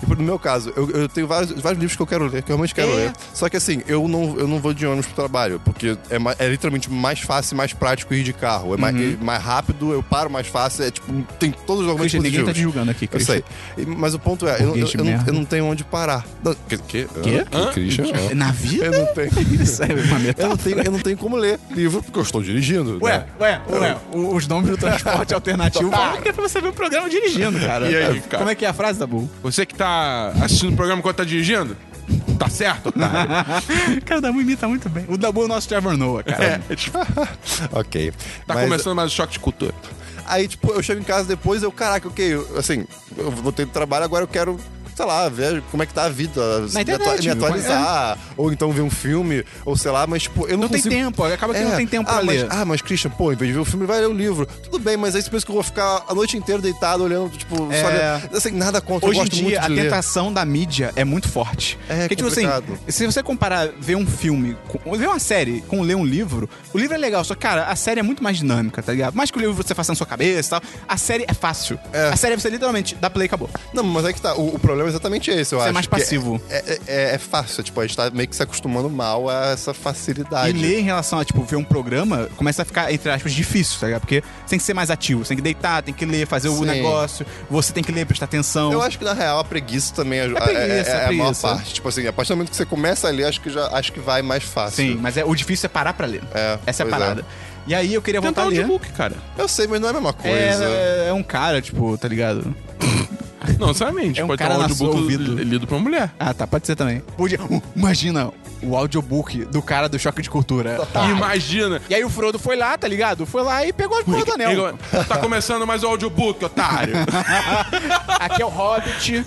B: Tipo, No meu caso, eu, eu tenho vários, vários livros que eu quero ler, que eu realmente quero
A: É.
B: ler. Só que assim, eu não, eu não vou de ônibus pro trabalho, porque é, ma- é literalmente mais fácil e mais prático ir de carro. É mais, é mais rápido, eu paro mais fácil, é tipo, tem todos os argumentos
A: Uhum. Christian, ninguém tá te
B: positivos.
A: julgando aqui,
B: Eu
A: Christian.
B: sei. E- Mas o ponto é, eu, não- eu,
A: Burguês de
B: eu não,
A: merda.
B: eu não tenho onde parar. Não, Que? que?
A: Quê?
B: Hã? Christian?
A: É Na vida?
B: Eu não tenho.
A: Isso é uma
B: Eu não
A: metáfora.
B: tenho, eu não tenho como ler livro, porque eu estou dirigindo.
A: Ué,
B: né?
A: ué, ué, o- os nomes do transporte alternativo. Como é que é pra você ver o programa dirigindo, cara?
C: E aí, cara?
A: Como é que é a frase, Dabu?
C: Você que tá assistindo o programa enquanto tá dirigindo? Tá certo, otário?
A: cara, o Dabu imita muito bem. O Dabu é o nosso Trevor Noah, cara.
C: É, tipo,
B: ok.
C: tá
B: Mas-
C: começando mais o choque de cultura.
B: Aí, tipo, eu chego em casa depois, eu, caraca, ok, eu, assim, eu voltei do trabalho, agora eu quero, sei lá, ver como é que tá a vida, se me,
A: internet, tipo,
B: atua- me
A: viu?
B: atualizar, ou então ver um filme, ou sei lá, mas, tipo, eu não,
A: Não tem
B: consigo-
A: tempo, acaba que
B: É.
A: não tem tempo
B: ah,
A: pra
B: mas,
A: ler.
B: Ah, mas Christian, pô, em vez de ver o filme, vai ler o livro. Tudo bem, mas aí você pensa que eu vou ficar a noite inteira deitado olhando, tipo,
A: É.
B: sabe? Assim, nada contra,
A: Hoje
B: eu
A: em
B: gosto muito
A: dia, a
B: de ler.
A: tentação da mídia é muito forte.
B: É,
A: Porque, tipo assim,
B: complicado.
A: se você comparar ver um filme, com- ver uma série com ler um livro, o livro é legal, só que, cara, a série é muito mais dinâmica, tá ligado? Mais que o livro você faça na sua cabeça e tal, a série é fácil.
B: É.
A: A série é você literalmente dá play e acabou.
B: Não, mas é que tá, o, o problema é exatamente esse, eu
A: Você é
B: acho.
A: mais
B: que
A: passivo.
B: É, é, é- é fácil, tipo, a gente tá meio que se acostumando mal a essa
A: E
B: facilidade. né?
A: ler em relação a, tipo, ver um programa, começa a ficar, entre aspas, difícil, tá ligado? Porque você tem que ser mais ativo, você tem que deitar, tem que ler, fazer o
B: Sim.
A: negócio, você tem que ler, prestar atenção.
B: Eu acho que, na real, a preguiça também ajuda.
A: É preguiça,
B: Então-
A: é
B: é, é a maior
A: preguiça.
B: parte. Tipo assim, a partir do momento que você começa a ler, acho que, já, acho que vai mais fácil.
A: Sim, mas é, o difícil é parar pra ler.
B: É,
A: Essa é a
B: pois é.
A: parada. E aí eu queria voltar
C: Tentar o
A: tá ali.
C: de Hulk, um cara.
B: Eu sei, mas não é a mesma coisa.
A: É, é um cara, tipo, tá ligado?
C: Não, sinceramente,
A: É um
C: pode ter
A: cara
C: um
A: na
C: audiobook
A: sua ouvido.
C: li- lido pra uma mulher.
A: Ah, tá, pode ser também. Podia, uh, imagina o audiobook do cara do Choque de Cultura.
C: Imagina.
A: E aí o Frodo foi lá, tá ligado? Foi lá e pegou a porra do anel.
C: Igor, Tá começando mais o audiobook, otário.
A: Aqui é o Hobbit,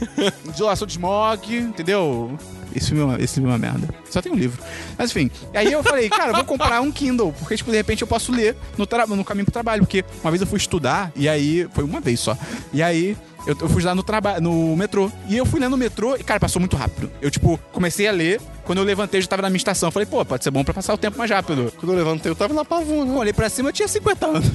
A: Desolação de Smog, entendeu? Esse filme, é uma- esse filme é uma merda. Só tem um livro. Mas enfim. Aí eu falei, cara, eu vou comprar um Kindle, porque, tipo, de repente eu posso ler no, tra- no caminho pro trabalho. Porque uma vez eu fui estudar, e aí. Foi uma vez só. E aí. Eu, eu fui lá no trabalho, no metrô. E eu fui lendo no metrô e, cara, passou muito rápido. Eu, tipo, comecei a ler. Quando eu levantei, eu já tava na minha estação. Eu falei, pô, pode ser bom pra passar o tempo mais rápido.
B: Quando eu levantei, eu tava na pavuna.
A: Eu olhei pra cima, eu tinha 50 anos.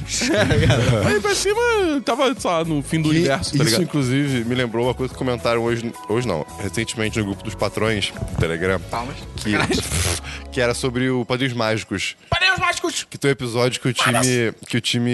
C: Aí pra Tipo, cima, tava, sei lá, no fim do universo, tá
B: isso,
C: ligado?
B: inclusive, me lembrou uma coisa que comentaram hoje. Hoje não, recentemente no grupo dos patrões do Telegram.
A: Palmas.
B: Que, que era sobre o Padrinhos Mágicos.
A: Padrinhos mágicos!
B: Que tem um episódio que o time. Que o time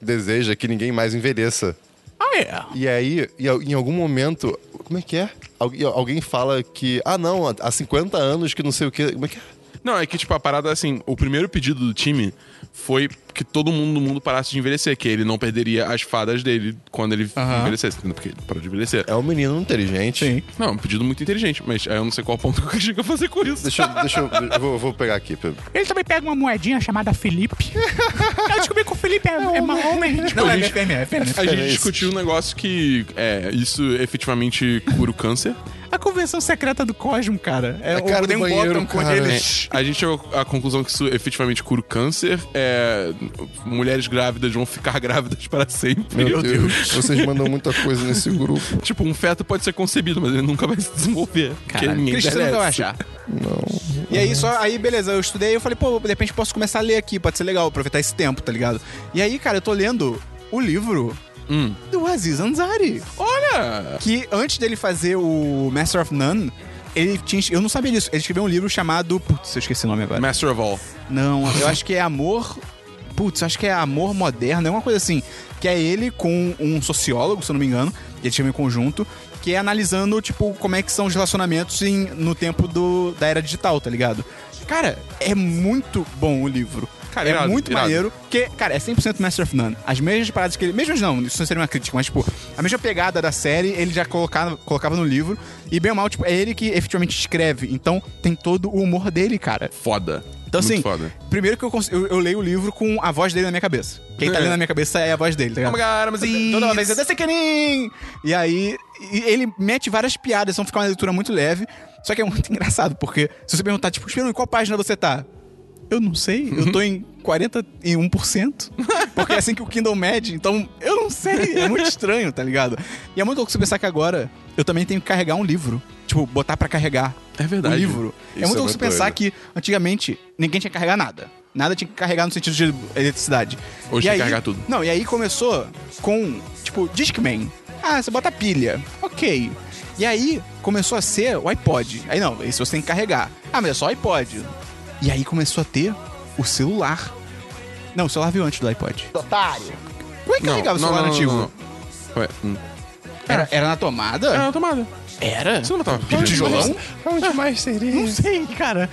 B: deseja que ninguém mais envelheça.
A: Ah, é.
B: E aí, e al- em algum momento. Como é que é? Al- e alguém fala que. Ah, não, há 50 anos que não sei o quê. Como é que é?
C: Não, é que, tipo, a parada, assim, o primeiro pedido do time foi que todo mundo do mundo parasse de envelhecer, que ele não perderia as fadas dele quando ele envelhecesse, entendeu? porque ele parou de envelhecer.
B: É um menino inteligente.
A: Sim.
C: Não, é um pedido muito inteligente, mas aí eu não sei qual ponto que o Caxiga vai fazer com isso.
B: Deixa, eu- deixa eu. eu vou, vou pegar aqui, Pedro.
A: Ele também pega uma moedinha chamada Felipe. Eu descobri que o Felipe é, é marrom, né? Não, é FM, é
C: A gente discutiu um negócio que é, isso efetivamente cura o câncer.
A: A convenção secreta do Cosmo, cara. É,
B: A cara
A: o
B: do
A: Dan
B: banheiro,
A: Bottom com
B: cara. né?
A: ele.
C: É, a gente chegou à conclusão que isso efetivamente cura o câncer. É, mulheres grávidas vão ficar grávidas para sempre.
B: Meu Deus, vocês mandam muita coisa nesse grupo.
C: Tipo, um feto pode ser concebido, mas ele nunca vai se desenvolver. porque
A: Caralho,
C: ninguém
A: Cristiano nunca vai
C: envelhece.
A: achar. E aí, só aí, beleza, eu estudei eu falei, pô, de repente posso começar a ler aqui, pode ser legal, aproveitar esse tempo, tá ligado? E aí, cara, eu tô lendo o livro
B: Hum.
A: do Aziz Ansari.
C: Olha!
A: que antes dele fazer o Master of None, ele tinha. Eu não sabia disso. Ele escreveu um livro chamado. Putz, eu esqueci o nome agora.
C: Master of All.
A: Não, eu acho que é Amor. Putz, eu acho que é Amor Moderno, é uma coisa assim. Que é ele com um sociólogo, se eu não me engano, que eles chamam em conjunto, que é analisando, tipo, como é que são os relacionamentos em- no tempo do, da era digital, tá ligado? Cara, é muito bom o livro.
C: Cara,
A: é
C: irado,
A: muito
C: irado.
A: maneiro, porque, cara, é 100% Master of None. As mesmas paradas que ele. Mesmas não, isso não seria uma crítica, mas, tipo, a mesma pegada da série ele já colocava, colocava no livro. E bem ou mal, tipo, é ele que efetivamente escreve. Então tem todo o humor dele, cara.
C: Foda.
A: Então,
C: Muito
A: assim,
C: Foda.
A: primeiro que eu, cons- eu, eu leio o livro com a voz dele na minha cabeça. Quem tá
C: É. Oh
A: lendo na minha cabeça é a voz dele, tá ligado?
C: Como, galera, mas
A: Toda- Toda vez eu "Desse caninho!" E aí, e ele mete várias piadas, então fica uma leitura muito leve. Só que é muito engraçado, porque se você perguntar, tipo, Espírito, em qual página você tá? Eu não sei, eu tô em 41%. Porque é assim que o Kindle mede, então eu não sei, é muito estranho, tá ligado? E é muito louco você pensar que agora eu também tenho que carregar um livro. Tipo, botar pra carregar.
C: É verdade.
A: Um livro. é
B: Isso
A: muito louco
B: é
A: você
B: muito
A: pensar
B: doido.
A: que antigamente ninguém tinha que carregar nada. Nada tinha que carregar no sentido de eletricidade. E
C: Hoje tem que
A: aí-
C: carregar tudo.
A: Não, e aí começou com, tipo, Discman. Ah, você bota pilha. Ok. E aí começou a ser o iPod. Aí não, esse você tem que carregar. Ah, mas é só iPod. E aí começou a ter o celular. Não, o celular veio antes do iPod.
D: Otário.
A: Como é que carregava o celular antigo?
C: não. Ué, hum.
A: Era, era na tomada?
C: É, na tomada.
A: Era?
C: Você não botava pilha?
A: Um tijolão?
B: Onde mais seria?
A: Não sei, cara.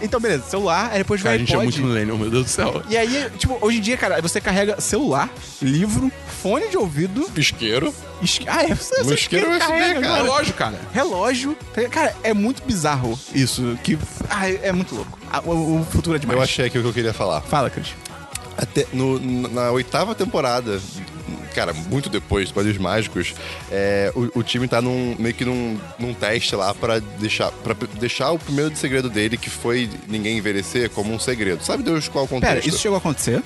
A: Então, beleza, celular, aí depois
C: Cara, a
A: veio
C: gente
A: iPod.
C: é muito millennial, meu Deus do céu.
A: Um E aí, tipo, hoje em dia, cara, você carrega celular, livro, fone de ouvido.
B: Pisqueiro.
A: Isque... Ah, é, você, você
B: isqueiro USB,
A: carrega,
B: cara.
C: É
A: agora.
C: lógico, cara.
A: Relógio. Cara, é muito bizarro isso. Que. Ah, é muito louco. Ah, O, o futuro é demais.
B: Eu achei aqui o que eu queria falar.
A: Fala, Cris.
B: Até no- na oitava temporada, cara, muito depois dos Padrinhos Mágicos, é, o, o time tá num, meio que num, num teste lá pra deixar, pra deixar o primeiro segredo dele, que foi ninguém envelhecer, como um segredo. Sabe Deus qual é o contexto?
A: Pera, isso chegou a acontecer?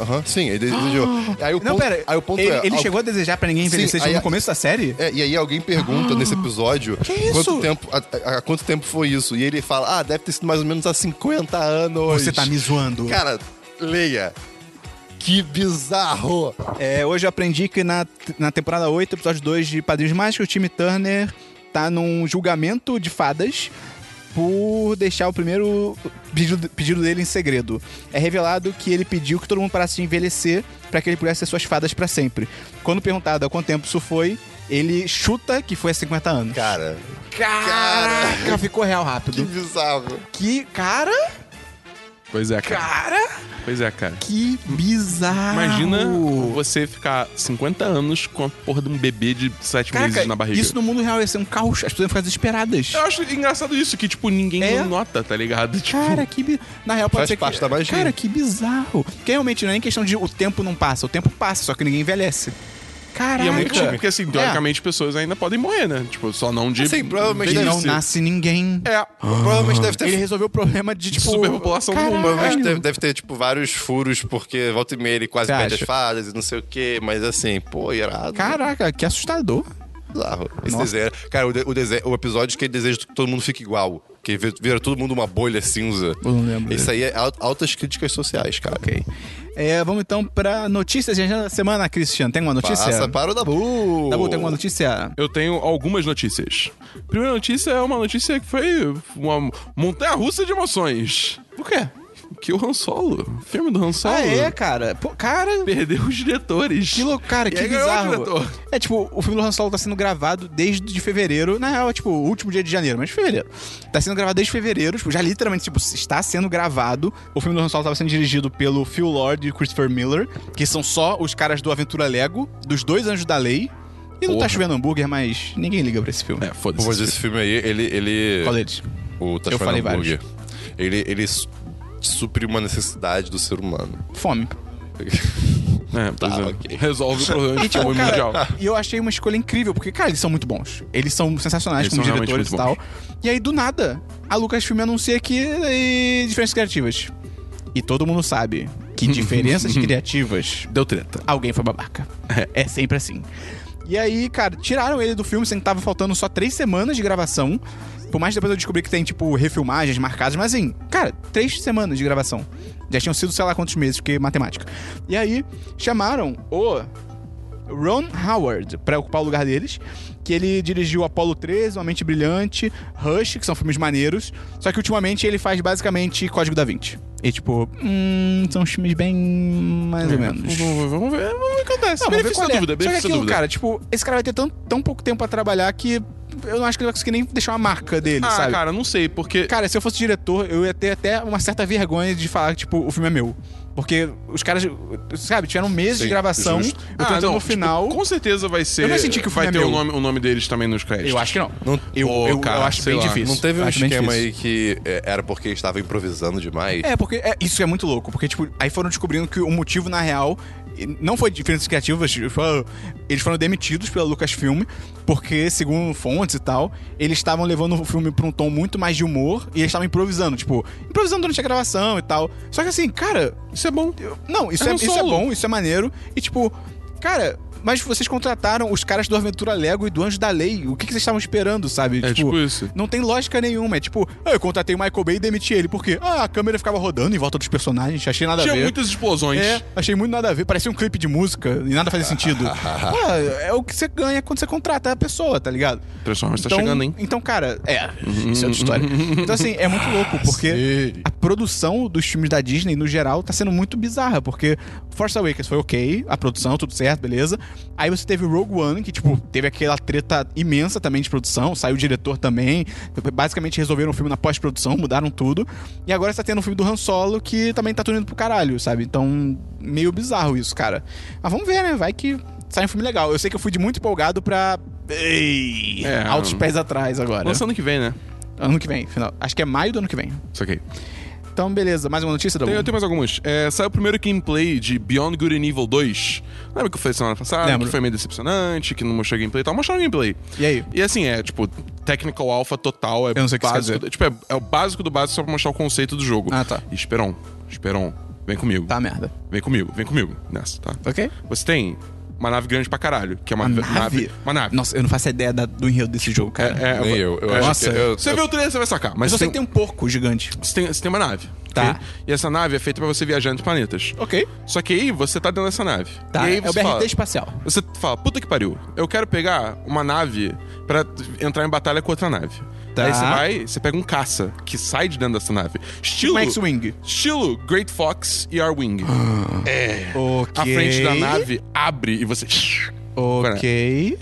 B: Aham, sim, ele desejou. Aí o
A: Não,
B: ponto,
A: pera.
B: aí o ponto
A: ele
B: é,
A: ele
B: ao-
A: chegou a desejar pra ninguém envelhecer
B: Sim, aí
A: no
B: a-
A: começo da série?
B: é, e aí alguém pergunta nesse episódio
A: Ah, isso?
B: quanto tempo, a- a- há quanto tempo foi isso? E ele fala, ah, deve ter sido mais ou menos há 50 anos.
A: Você tá me zoando.
B: Cara, leia. Que bizarro!
A: É, hoje eu aprendi que na, na temporada 8, episódio 2 de Padrinhos Mágicos, o time Turner tá num julgamento de fadas por deixar o primeiro pedido, pedido dele em segredo. É revelado que ele pediu que todo mundo parasse de envelhecer pra que ele pudesse ter suas fadas pra sempre. Quando perguntado há quanto tempo isso foi, ele chuta que foi há 50 anos.
B: Cara,
A: Caraca, ficou real
B: que
A: Hum. rápido.
B: bizarro.
A: Que, cara...
C: Pois é, cara. Pois é, cara.
A: Que bizarro.
C: Imagina você ficar 50 anos com a porra de um bebê de 7 meses na barriga.
A: isso no mundo real ia ser um caos. As pessoas iam ficar desesperadas.
C: Eu acho engraçado isso, que, tipo, ninguém
A: É?
C: nota, tá ligado? Tipo,
A: Cara, que bi... Na real, pode
B: Faz
A: ser que...
B: parte da magia.
A: Cara, que bizarro. Porque realmente não é nem questão de o tempo não passa. O tempo passa, só que ninguém envelhece. Caraca.
C: E é muito tipo, porque assim, teoricamente, pessoas ainda podem morrer, né? Tipo, só não de.
B: Assim, provavelmente
A: E
B: deve
A: É. não
B: ser.
A: nasce ninguém.
C: É.
B: Provavelmente deve ter
A: Ah. Ele resolveu o problema de, tipo...
C: Superpopulação do mundo.
B: Provavelmente deve, deve ter, tipo, vários furos, porque volta e meia ele quase
A: Você
B: perde
A: acha?
B: as fadas e não sei o quê, mas assim, pô, irado.
A: Caraca, que assustador.
B: bizarro. Esse
A: Nossa.
B: desenho. Cara, o, de- o, desenho, o episódio que ele deseja que todo mundo fique igual. Que vi- vira todo mundo uma bolha cinza.
A: Eu não lembro.
B: Isso aí é al- altas críticas sociais, cara.
A: Ok. É, vamos então pra notícias de agenda da semana, Christian. Tem uma notícia?
B: Passa para o Dabu.
A: Tá bom, tem uma notícia?
C: Eu tenho algumas notícias. Primeira notícia é uma notícia que foi uma montanha russa de emoções.
A: Por quê?
C: Que o Han Solo, o filme do Han Solo,
A: Ah, é, cara? Pô, cara...
C: perdeu os diretores.
A: Que louco, cara,
C: E
A: que
C: aí ganhou o
A: bizarro.
C: diretor.
A: É tipo, o filme do Han Solo tá sendo gravado desde de fevereiro. Na real, é tipo, o último dia de janeiro, mas fevereiro. Tá sendo gravado desde fevereiro, tipo, já literalmente, tipo, está sendo gravado. O filme do Han Solo tava sendo dirigido pelo Phil Lord e Christopher Miller, que são só os caras do Aventura Lego, dos dois Anjos da Lei. E não
C: Porra.
A: tá chovendo hambúrguer, mas ninguém liga pra esse filme.
C: É, foda-se.
B: Mas esse filme aí, ele. ele
A: Qual deles?
B: o Tá
A: Eu
B: Chovendo
A: falei
B: Hambúrguer. Ele, ele su- supre uma necessidade do ser humano.
A: Fome.
C: É, pois
B: Tá,
C: é.
B: ok.
C: Resolve o problema de fome
A: Cara, tá.
C: mundial.
A: E eu achei uma escolha incrível, porque, cara, eles são muito bons. Eles são sensacionais
C: Eles
A: como
C: são realmente
A: diretores e
C: muito
A: tal. E aí, do nada, a Lucasfilm anuncia que. E, diferenças criativas. E todo mundo sabe que diferenças criativas.
C: Deu treta.
A: Alguém foi babaca. É sempre assim. E aí, cara, tiraram ele do filme, sendo que tava faltando só três semanas de gravação. Por mais que depois eu descobri que tem, tipo, refilmagens marcadas, mas assim, cara, três semanas de gravação. Já tinham sido sei lá quantos meses, porque matemática. E aí, chamaram o Ron Howard pra ocupar o lugar deles, que ele dirigiu Apollo 13, Uma Mente Brilhante, Rush, que são filmes maneiros, só que ultimamente ele faz basicamente Código da Vinci. E tipo, hum, são uns filmes bem mais ou menos.
C: Vamos, vamos ver, vamos ver o que acontece.
A: Não,
C: benefício
A: vamos ver qual
C: da
A: é.
C: dúvida,
A: Só que
C: benefício da
A: aquilo,
C: dúvida.
A: cara, tipo, esse cara vai ter tão, tão pouco tempo pra trabalhar que eu não acho que ele vai conseguir nem deixar uma marca dele,
C: ah,
A: sabe?
C: cara, não sei, porque.
A: Cara, se eu fosse diretor, eu ia ter até uma certa vergonha de falar que, tipo, o filme é meu. Porque os caras, sabe, tiveram meses de gravação,
B: justo.
A: eu tô
C: Ah,
A: entrando no
C: tipo,
A: final.
C: com certeza vai ser.
A: Eu não senti que o
C: vai
A: filme
C: ter
A: é
C: o
A: meu.
C: nome, o nome deles também nos créditos.
A: Eu acho que não. eu,
C: Pô,
A: eu- eu
C: cara,
A: acho
C: sei
A: bem
C: lá.
A: difícil.
B: Não teve um
A: Acho bem
B: esquema
A: difícil.
B: aí que é, era porque estava improvisando demais?
A: É, porque é- isso é muito louco, porque, tipo, aí foram descobrindo que o motivo, na real, e- não foi diferenças criativas, tipo, ah, eles foram demitidos pela Lucasfilm, porque, segundo fontes e tal, eles estavam levando o filme pra um tom muito mais de humor e eles estavam improvisando, tipo, improvisando durante a gravação e tal. Só que assim, cara,
C: Isso é bom.
A: não, isso
C: É
A: é,
C: um
A: isso é
C: solo.
A: bom, isso é maneiro. E tipo, cara, mas vocês contrataram os caras do Aventura Lego e do Anjo da Lei. O que, que vocês estavam esperando, sabe?
C: É tipo isso.
A: Não tem lógica nenhuma. É tipo, ah, eu contratei o Michael Bay e demiti ele. Por quê? Ah, a câmera ficava rodando em volta dos personagens. Achei nada a
C: Tinha
A: ver.
C: muitas explosões.
A: É, achei muito nada a ver. Parecia um clipe de música e nada fazia sentido. Pô, é o que você ganha quando você contrata a pessoa, tá ligado?
C: Transformers tá chegando, hein?
A: Então, cara, é.
B: Uhum.
A: Isso é outra história. Então, assim, é muito louco, porque a produção dos filmes da Disney, no geral, tá sendo muito bizarra, porque Force Awakens foi ok, a produção, tudo certo, beleza. Aí você teve Rogue One, que, tipo, teve aquela treta imensa também de produção, saiu o diretor também. Basicamente resolveram o filme na pós-produção, mudaram tudo. E agora você tá tendo o filme do Han Solo, que também tá tudo indo pro caralho, sabe? Então, meio bizarro isso, cara. Mas vamos ver, né? Vai que sai um filme legal. Eu sei que eu fui de muito empolgado pra. Ei,
C: É,
A: altos pés atrás agora.
C: Lança ano que vem, né?
A: Ano que vem, final. Acho que é maio do ano que vem.
C: Isso aqui. Tá
A: Então, beleza. Mais uma notícia, Dabu?
C: Tem, eu tenho mais algumas. É, saiu o primeiro gameplay de Beyond Good and Evil 2. Lembra que eu falei semana passada?
A: Lembro.
C: Que foi meio decepcionante, que não mostrou gameplay e tal. Mostraram gameplay.
A: E aí?
C: E assim, é tipo, technical alpha total. É
A: Eu não sei o que isso quer
C: básico,
A: dizer.
C: Tipo, é, é o básico do básico só pra mostrar o conceito do jogo.
A: Ah, tá.
C: E Esperon, Esperon, vem comigo.
A: Tá, merda.
C: Vem comigo, vem comigo nessa, tá?
A: Ok.
C: Você tem uma nave grande pra caralho, que é uma,
A: Uma
C: nave, Uma nave.
A: Nossa, eu não faço ideia da- do enredo desse jogo, cara.
C: É,
B: Nem eu. Eu
C: é,
B: acho
A: nossa.
B: que. Eu,
C: Você vê o trailer, você vai sacar. Mas
A: Mas eu sei
C: você
A: que
C: tem,
A: tem um porco gigante.
C: você tem, você tem uma nave.
A: Tá.
C: ok? E essa nave é feita pra você viajar entre planetas.
A: Ok.
C: Só que aí você tá dentro dessa nave.
A: Tá,
C: E aí
A: é
C: você
A: o BRT
C: fala,
A: espacial.
C: Você fala, puta que pariu, eu quero pegar uma nave pra entrar em batalha com outra nave.
A: Tá.
C: Aí você vai, você pega um caça que sai de dentro dessa nave. Estilo.
A: Tipo X-Wing.
C: Estilo Great Fox e R-Wing.
A: Ok.
C: A frente da nave abre e você
A: Ok.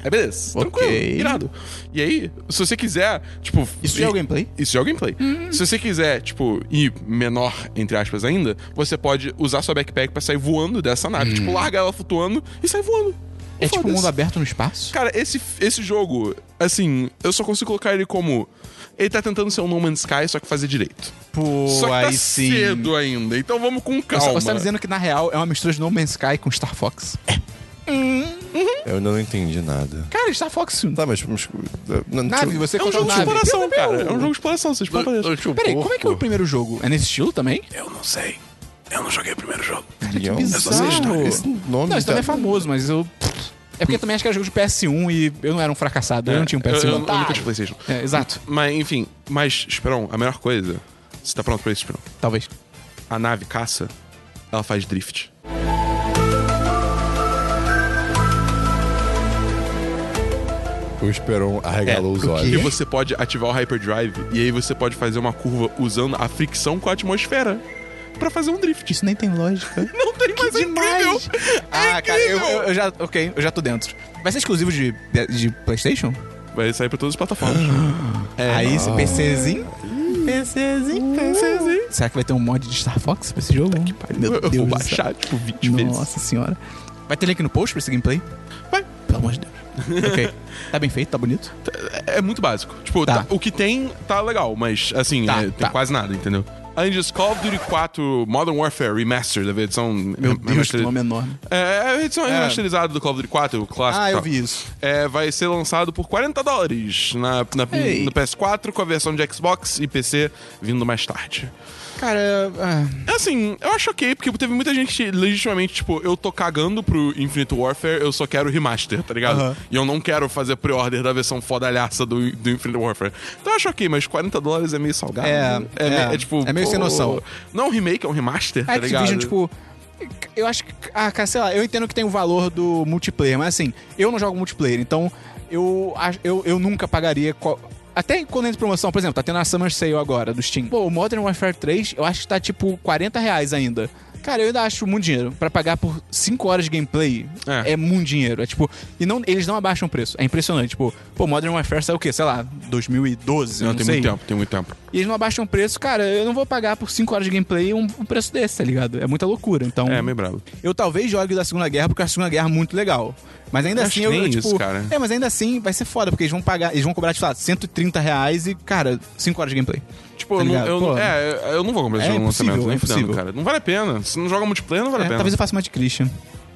C: É beleza. Tranquilo.
A: Ok.
C: Irado. E aí, se você quiser, tipo.
A: Isso já é o gameplay?
C: Isso já é o gameplay. Se você quiser, tipo, ir menor, entre aspas, ainda, você pode usar sua backpack pra sair voando dessa nave. Tipo, larga ela flutuando e sai voando.
A: Hum. É tipo um
C: Foda-se.
A: mundo aberto no espaço?
C: Cara, esse, esse jogo, assim, eu só consigo colocar ele como. Ele tá tentando ser um No Man's Sky, só que fazer direito.
A: Pô,
C: só que tá
A: aí sim.
C: cedo ainda, então vamos com
A: Você-
C: calma. É
A: Você tá dizendo que, na real, é uma mistura de No Man's Sky com Star Fox?
B: Eu ainda não entendi nada.
A: Cara, Star Fox...
B: Tá, mas. mas não,
A: Nave, você
C: é um
A: controla
C: jogo de
A: nave.
C: exploração, cara. um É um jogo de exploração, vocês podem fazer.
B: Deixa eu-
A: Peraí, como é que é o primeiro jogo? É nesse estilo também?
C: Eu não sei. Eu não joguei o primeiro jogo.
A: É um
B: Guião?
A: bizarro.
B: Esse nome
A: Não, isso
B: tá-
A: também é famoso, mas eu... É porque também acho que era jogo de PS1 e eu não era um fracassado, eu não tinha um
C: eu,
A: PS1.
C: eu nunca tive Playstation.
A: É, exato.
C: Mas, enfim, mas, Esperão, a melhor coisa. Você tá pronto pra isso, Esperão?
A: Talvez.
C: A nave caça, ela faz drift.
B: O Esperon
A: É,
B: arregalou os
C: E
B: olhos.
C: você pode ativar o hyperdrive e aí você pode fazer uma curva usando a fricção com a atmosfera pra fazer um drift.
A: Isso nem tem lógica.
C: Não tem mais incrível.
A: Ah, cara, eu,
C: incrível!
A: eu- eu já. Ok, eu já tô dentro. Vai ser exclusivo de, de PlayStation?
C: Vai sair pra todas as plataformas.
A: Aí, esse PCzinho. PCzinho, PCzinho. Será que vai ter um mod de Star Fox pra esse jogo? que pariu. Ah, Meu
C: eu
A: Deus,
C: vou
A: do
C: baixar,
A: céu.
C: tipo, 20 vezes.
A: Nossa senhora. Vai ter link no post pra esse gameplay?
C: Vai.
A: Pelo amor de Deus. ok. Tá bem feito, tá bonito.
C: É muito básico. Tipo,
A: Tá.
C: tá- o que tem tá legal, mas assim,
A: Tá,
C: é, tem
A: tá.
C: quase nada, entendeu? Além disso, Call of Duty 4 Modern Warfare Remastered, a edição.
A: Meu Deus, que
C: remastered-
A: nome enorme. Ah,
C: É, é a edição remasterizada do Call of Duty 4, o clássico. e tal.
A: isso.
C: É, vai ser lançado por 40 dólares na, na-
A: Ei.
C: no PS4, com a versão de Xbox e PC vindo mais tarde.
A: Cara, ah,
C: Assim, eu acho ok, porque teve muita gente que, legitimamente, tipo, eu tô cagando pro Infinite Warfare, eu só quero remaster, tá ligado?
A: Aham.
C: E eu não quero fazer pre-order da versão fodalhaça do, do Infinite Warfare. Então eu acho ok, mas 40 dólares é meio salgado.
A: É,
C: né?
A: é.
C: me- tipo.
A: É meio sem
C: pô,
A: noção.
C: Não é um remake, é um remaster,
A: a
C: tá ligado?
A: Activision, tipo. Eu acho que. Ah, cara, sei lá, eu entendo que tem o valor do multiplayer, mas assim, eu não jogo multiplayer, então eu, ach- eu, eu nunca pagaria. qual- Até quando entra em promoção, por exemplo, tá tendo a Summer Sale agora do Steam. Pô, o Modern Warfare 3, eu acho que tá tipo 40 reais ainda. Cara, eu ainda acho muito dinheiro. Pra pagar por 5 horas de gameplay é.
C: É.
A: muito dinheiro. É tipo. E não, eles não abaixam o preço. É impressionante. Tipo, pô, Modern Warfare saiu o quê? Sei lá, 2012?
C: Não,
A: Não,
C: tem
A: sei.
C: muito tempo, tem muito tempo.
A: E eles não abaixam o preço, cara, eu não vou pagar por 5 horas de gameplay um, um preço desse, tá ligado? É muita loucura. Então,
C: É, meio bravo.
A: eu talvez jogue da Segunda Guerra, porque a Segunda Guerra é muito legal. Mas ainda
C: Eu
A: assim,
C: acho
A: eu,
C: que
A: eu,
C: nem
A: tipo,
C: isso, cara.
A: É, mas ainda assim vai ser foda, porque eles vão pagar, eles vão cobrar, tipo, lá, 130 reais e, cara, 5 horas de gameplay.
C: Tipo,
A: Tá
C: eu, não,
A: ligado?
C: eu,
A: Pô.
C: não, é, eu não vou comprar esse
A: É
C: jogo no
A: impossível,
C: lançamento,
A: é
C: nem fudendo,
A: impossível.
C: cara. Não vale a pena. Se não joga multiplayer, não vale
A: É,
C: a pena.
A: talvez eu faça uma de Christian.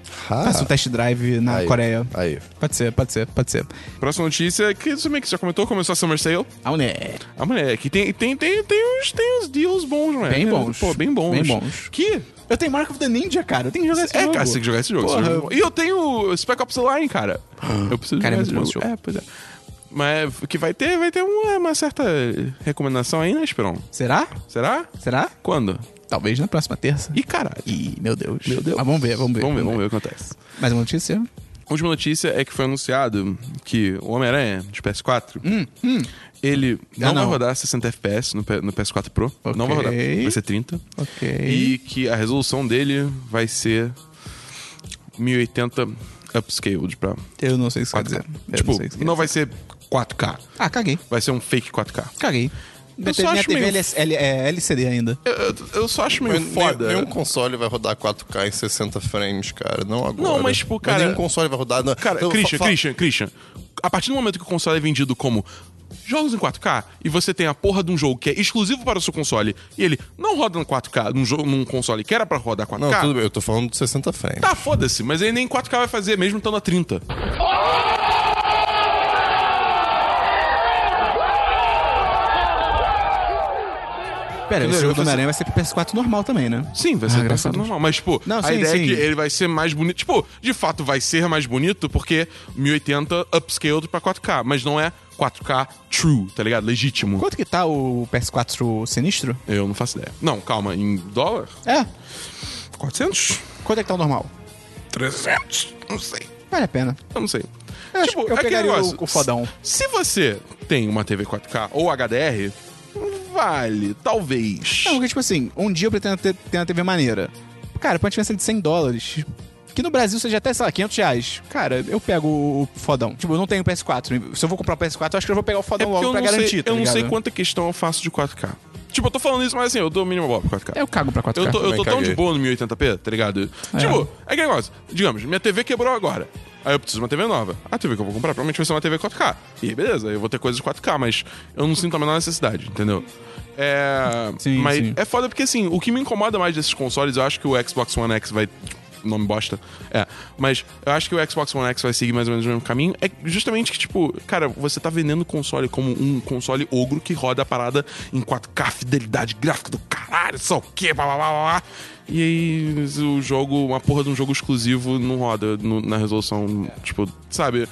A: Faça um test drive na
B: Ah. Aí,
A: Coreia.
B: Aí.
A: Pode ser, pode ser, pode ser.
C: Próxima notícia, é que isso meio que você já comentou, começou a Summer Sale.
A: Ah, né?
C: A mulher, que tem, tem, tem, tem, uns, tem uns deals bons, né?
A: Bem bons.
C: Pô, bem bons.
A: Bem bons.
C: Que...
A: Eu tenho Mark of the Ninja, cara. Eu tenho que jogar esse
C: é,
A: jogo.
C: cara, você tem que jogar esse jogo.
A: Porra.
C: esse jogo é bom. E eu tenho Spec Ops The Line, cara. Eu preciso
A: Cara, é
C: jogar
A: muito bom esse jogo.
C: É, pois é. Mas o que vai ter, vai ter uma, uma certa recomendação aí, né, Esperon?
A: Será?
C: Será?
A: Será?
C: Quando?
A: Talvez na próxima terça.
C: Ih, caralho.
A: Ih, meu Deus.
C: Meu Deus.
A: Mas vamos ver, vamos ver.
C: Vamos ver, vamos ver o que acontece.
A: Mais uma notícia?
C: A última notícia é que foi anunciado que o Homem-Aranha de PS4, ele não,
A: Hum, Ah, não.
C: vai rodar 60 FPS no, P- no PS4 Pro. Não vai rodar,
A: Ok.
C: vai ser 30.
A: Ok.
C: E que a resolução dele vai ser 1080 upscaled pra 4K.
A: Eu não sei o que isso quer dizer. Eu
C: tipo,
A: não sei o que isso quer
C: não
A: dizer.
C: vai ser 4K.
A: Ah, caguei.
C: Vai ser um fake 4K.
A: Caguei. Minha,
C: só
A: te- minha
C: acho
A: TV
C: meio-
A: LS L- é LCD ainda.
C: Eu, eu- eu só acho meio
B: Mas
C: foda.
B: nem- um Nenhum console vai rodar 4K em 60 frames, cara. Não agora.
C: Não, mas, tipo, cara-
B: nenhum console vai rodar. Não.
C: Cara,
B: Não,
C: Christian,
B: fa- fa-
C: Christian, Christian. A partir do momento que o console é vendido como jogos em 4K e você tem a porra de um jogo que é exclusivo para o seu console e ele não roda no 4K, num, jogo, num console que era pra rodar 4K.
B: Não, tudo bem, eu tô falando de 60 frames.
C: Tá, foda-se, mas ele nem 4K vai fazer, mesmo estando a 30.
A: Pera,
C: Entendeu?
A: esse jogo do
C: Você-
A: Homem-Aranha vai ser pro PS4 normal também, né?
C: Sim, vai ser
A: graças a
C: 4K
A: Deus.
C: normal, mas, tipo,
A: Não,
C: a
A: sim,
C: ideia
A: sim.
C: é que ele vai ser mais bonito. Tipo, de fato, vai ser mais bonito porque 1080 upscaled pra 4K, mas não é 4K true, tá ligado? Legítimo.
A: Quanto que tá o PS4 sinistro?
C: Eu não faço ideia. Não, calma, em dólar?
A: É.
C: 400?
A: Quanto é que tá o normal?
C: 300? Não sei.
A: Vale a pena.
C: Eu não sei. Tipo, é
A: Eu acho que eu
C: aquele
A: pegaria o- o fodão.
C: Se se você tem uma TV 4K ou HDR, vale, talvez.
A: É, porque, tipo assim, um dia eu pretendo ter, ter uma TV maneira. Cara, pra uma diferença de 100 dólares, que no Brasil seja até, sei lá, 500 reais. Cara, eu pego o fodão. Tipo, eu não tenho PS4. Se eu vou comprar um o PS4, eu acho que eu vou pegar o
C: É
A: fodão
C: porque
A: logo
C: eu
A: pra
C: não,
A: garantir.
C: sei,
A: tá
C: eu não sei
A: ligado?
C: quanto questão eu faço de 4K. Tipo, eu tô falando isso, mas assim, eu dou o mínimo bola pra 4K.
A: Eu cago pra 4K.
C: Eu tô, eu
B: também
C: tô tão
B: caguei.
C: de boa no 1080p, tá ligado? Tipo, é aquele negócio. Digamos, minha TV quebrou agora. Aí eu preciso de uma TV nova. A TV que eu vou comprar provavelmente vai ser uma TV 4K. E beleza, eu vou ter coisas 4K, mas eu não sinto a menor necessidade, entendeu? É.
A: Sim,
C: mas
A: sim.
C: é foda porque assim, o que me incomoda mais desses consoles, eu acho que o Xbox One X vai. Nome bosta. É. Mas eu acho que o Xbox One X vai seguir mais ou menos o mesmo caminho. É justamente que, tipo, cara, você tá vendendo o console como um console ogro que roda a parada em 4K, fidelidade gráfica do caralho, só o quê, blá, blá, blá, blá, blá. E aí o jogo, uma porra de um jogo exclusivo não roda no- na resolução, tipo, sabe?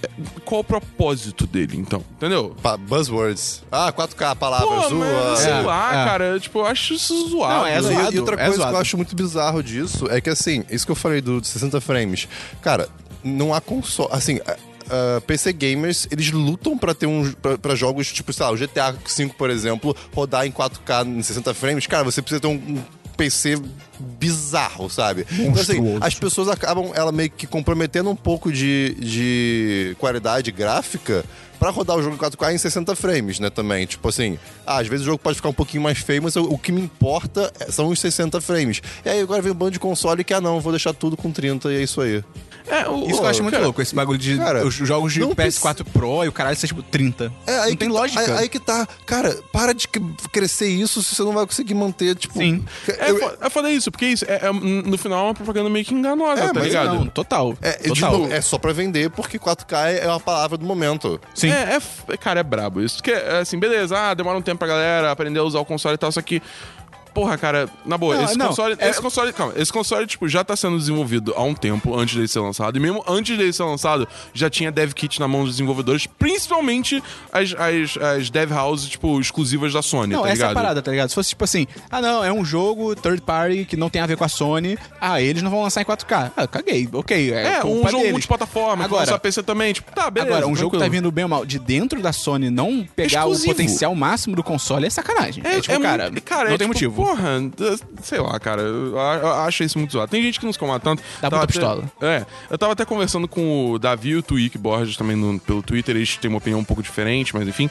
C: É, Qual o propósito dele, então? Entendeu?
B: Pa- buzzwords. Ah, 4K, palavras.
C: Pô, mano, sei
A: É,
C: lá,
A: é.
C: cara. eu, Tipo, eu acho isso zoado. tá
A: Não, é
B: E-
A: zoado,
B: e assim, outra
A: é
B: coisa que
A: zoado.
B: eu acho muito bizarro disso é que, assim, isso que eu falei do 60 frames. Cara, não há console. Assim. a- a PC gamers, eles lutam pra ter um pra, pra jogos tipo, sei lá, o GTA V, por exemplo, rodar em 4K em 60 frames. Cara, você precisa ter um, um PC bizarro, sabe? Então, assim, as pessoas acabam ela meio que comprometendo um pouco de, de qualidade gráfica pra rodar o jogo em 4K em 60 frames, né, também. Tipo assim, ah, às vezes o jogo pode ficar um pouquinho mais feio, mas o, o que me importa é- são os 60 frames. E aí agora vem um bando de console que, ah não, vou deixar tudo com 30 e é isso aí.
C: É, o-
A: Isso que eu acho muito
C: cara,
A: louco, esse bagulho de
B: cara,
A: os jogos de
B: não
A: PS4 Pro e o caralho, isso é tipo 30.
B: É, aí
A: não
B: que
A: tem
B: tá-
A: lógica.
B: Aí, aí que tá, cara, para de que- crescer isso se você não vai conseguir manter, tipo...
A: Sim.
C: É,
B: eu-
C: fo- é foda isso, porque isso é, é, no final é uma propaganda meio que enganosa, tá
A: É, Mas
C: ligado?
A: Não, total.
B: É, é, de
A: total.
B: novo, é só pra vender, porque 4K é uma palavra do momento.
A: Sim.
C: É, é f- cara, é brabo isso. Porque, é, assim, beleza, ah, demora um tempo pra galera aprender a usar o console e tal, só que. Porra, cara, na boa,
A: Não,
C: esse,
A: não,
C: console,
A: é-
C: esse console. Calma, esse console, tipo, já tá sendo desenvolvido há um tempo antes dele ser lançado. E mesmo antes dele ser lançado, já tinha dev kit na mão dos desenvolvedores, principalmente as, as, as dev houses, tipo, exclusivas da Sony,
A: Não,
C: tá
A: essa é
C: ligado?
A: a parada, tá ligado? Se fosse tipo assim, ah não, é um jogo third party que não tem a ver com a Sony, ah, eles não vão lançar em 4K. Ah, caguei, ok. É,
C: É, um
A: culpa
C: jogo
A: deles.
C: multiplataforma, então que
A: Agora-
C: lançou a PC também, tipo, tá, beleza.
A: Agora, um jogo que tá
C: tranquilo.
A: vindo bem ou mal de dentro da Sony não pegar
C: Exclusivo.
A: o potencial máximo do console é sacanagem. É, tipo, cara,
C: muito-
A: não
C: é
A: tem
C: tipo,
A: motivo.
C: Porra, d- sei lá, cara. Eu a- eu acho isso muito zoado. Tem gente que não se comanda tanto.
A: Dá
C: Tava
A: muita
C: até-
A: pistola.
C: É. Eu tava até conversando com o Davi e o Twig Borges também no- pelo Twitter. Eles têm uma opinião um pouco diferente, mas enfim.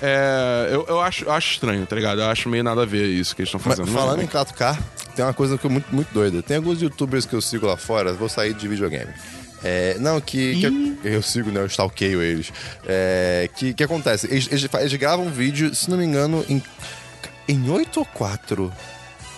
C: É, eu, eu acho, eu acho estranho, tá ligado? Eu acho meio nada a ver isso que eles estão
B: Mas,
C: fazendo.
B: falando em 4K, tem uma coisa que eu muito, muito doida. Tem alguns youtubers que eu sigo lá fora, vou sair de videogame. É, não, que, que eu, eu sigo, né? Eu stalkeio eles. É, que, que acontece? Eles, eles, fa- eles gravam um vídeo, se não me engano, em, em 8 ou 4.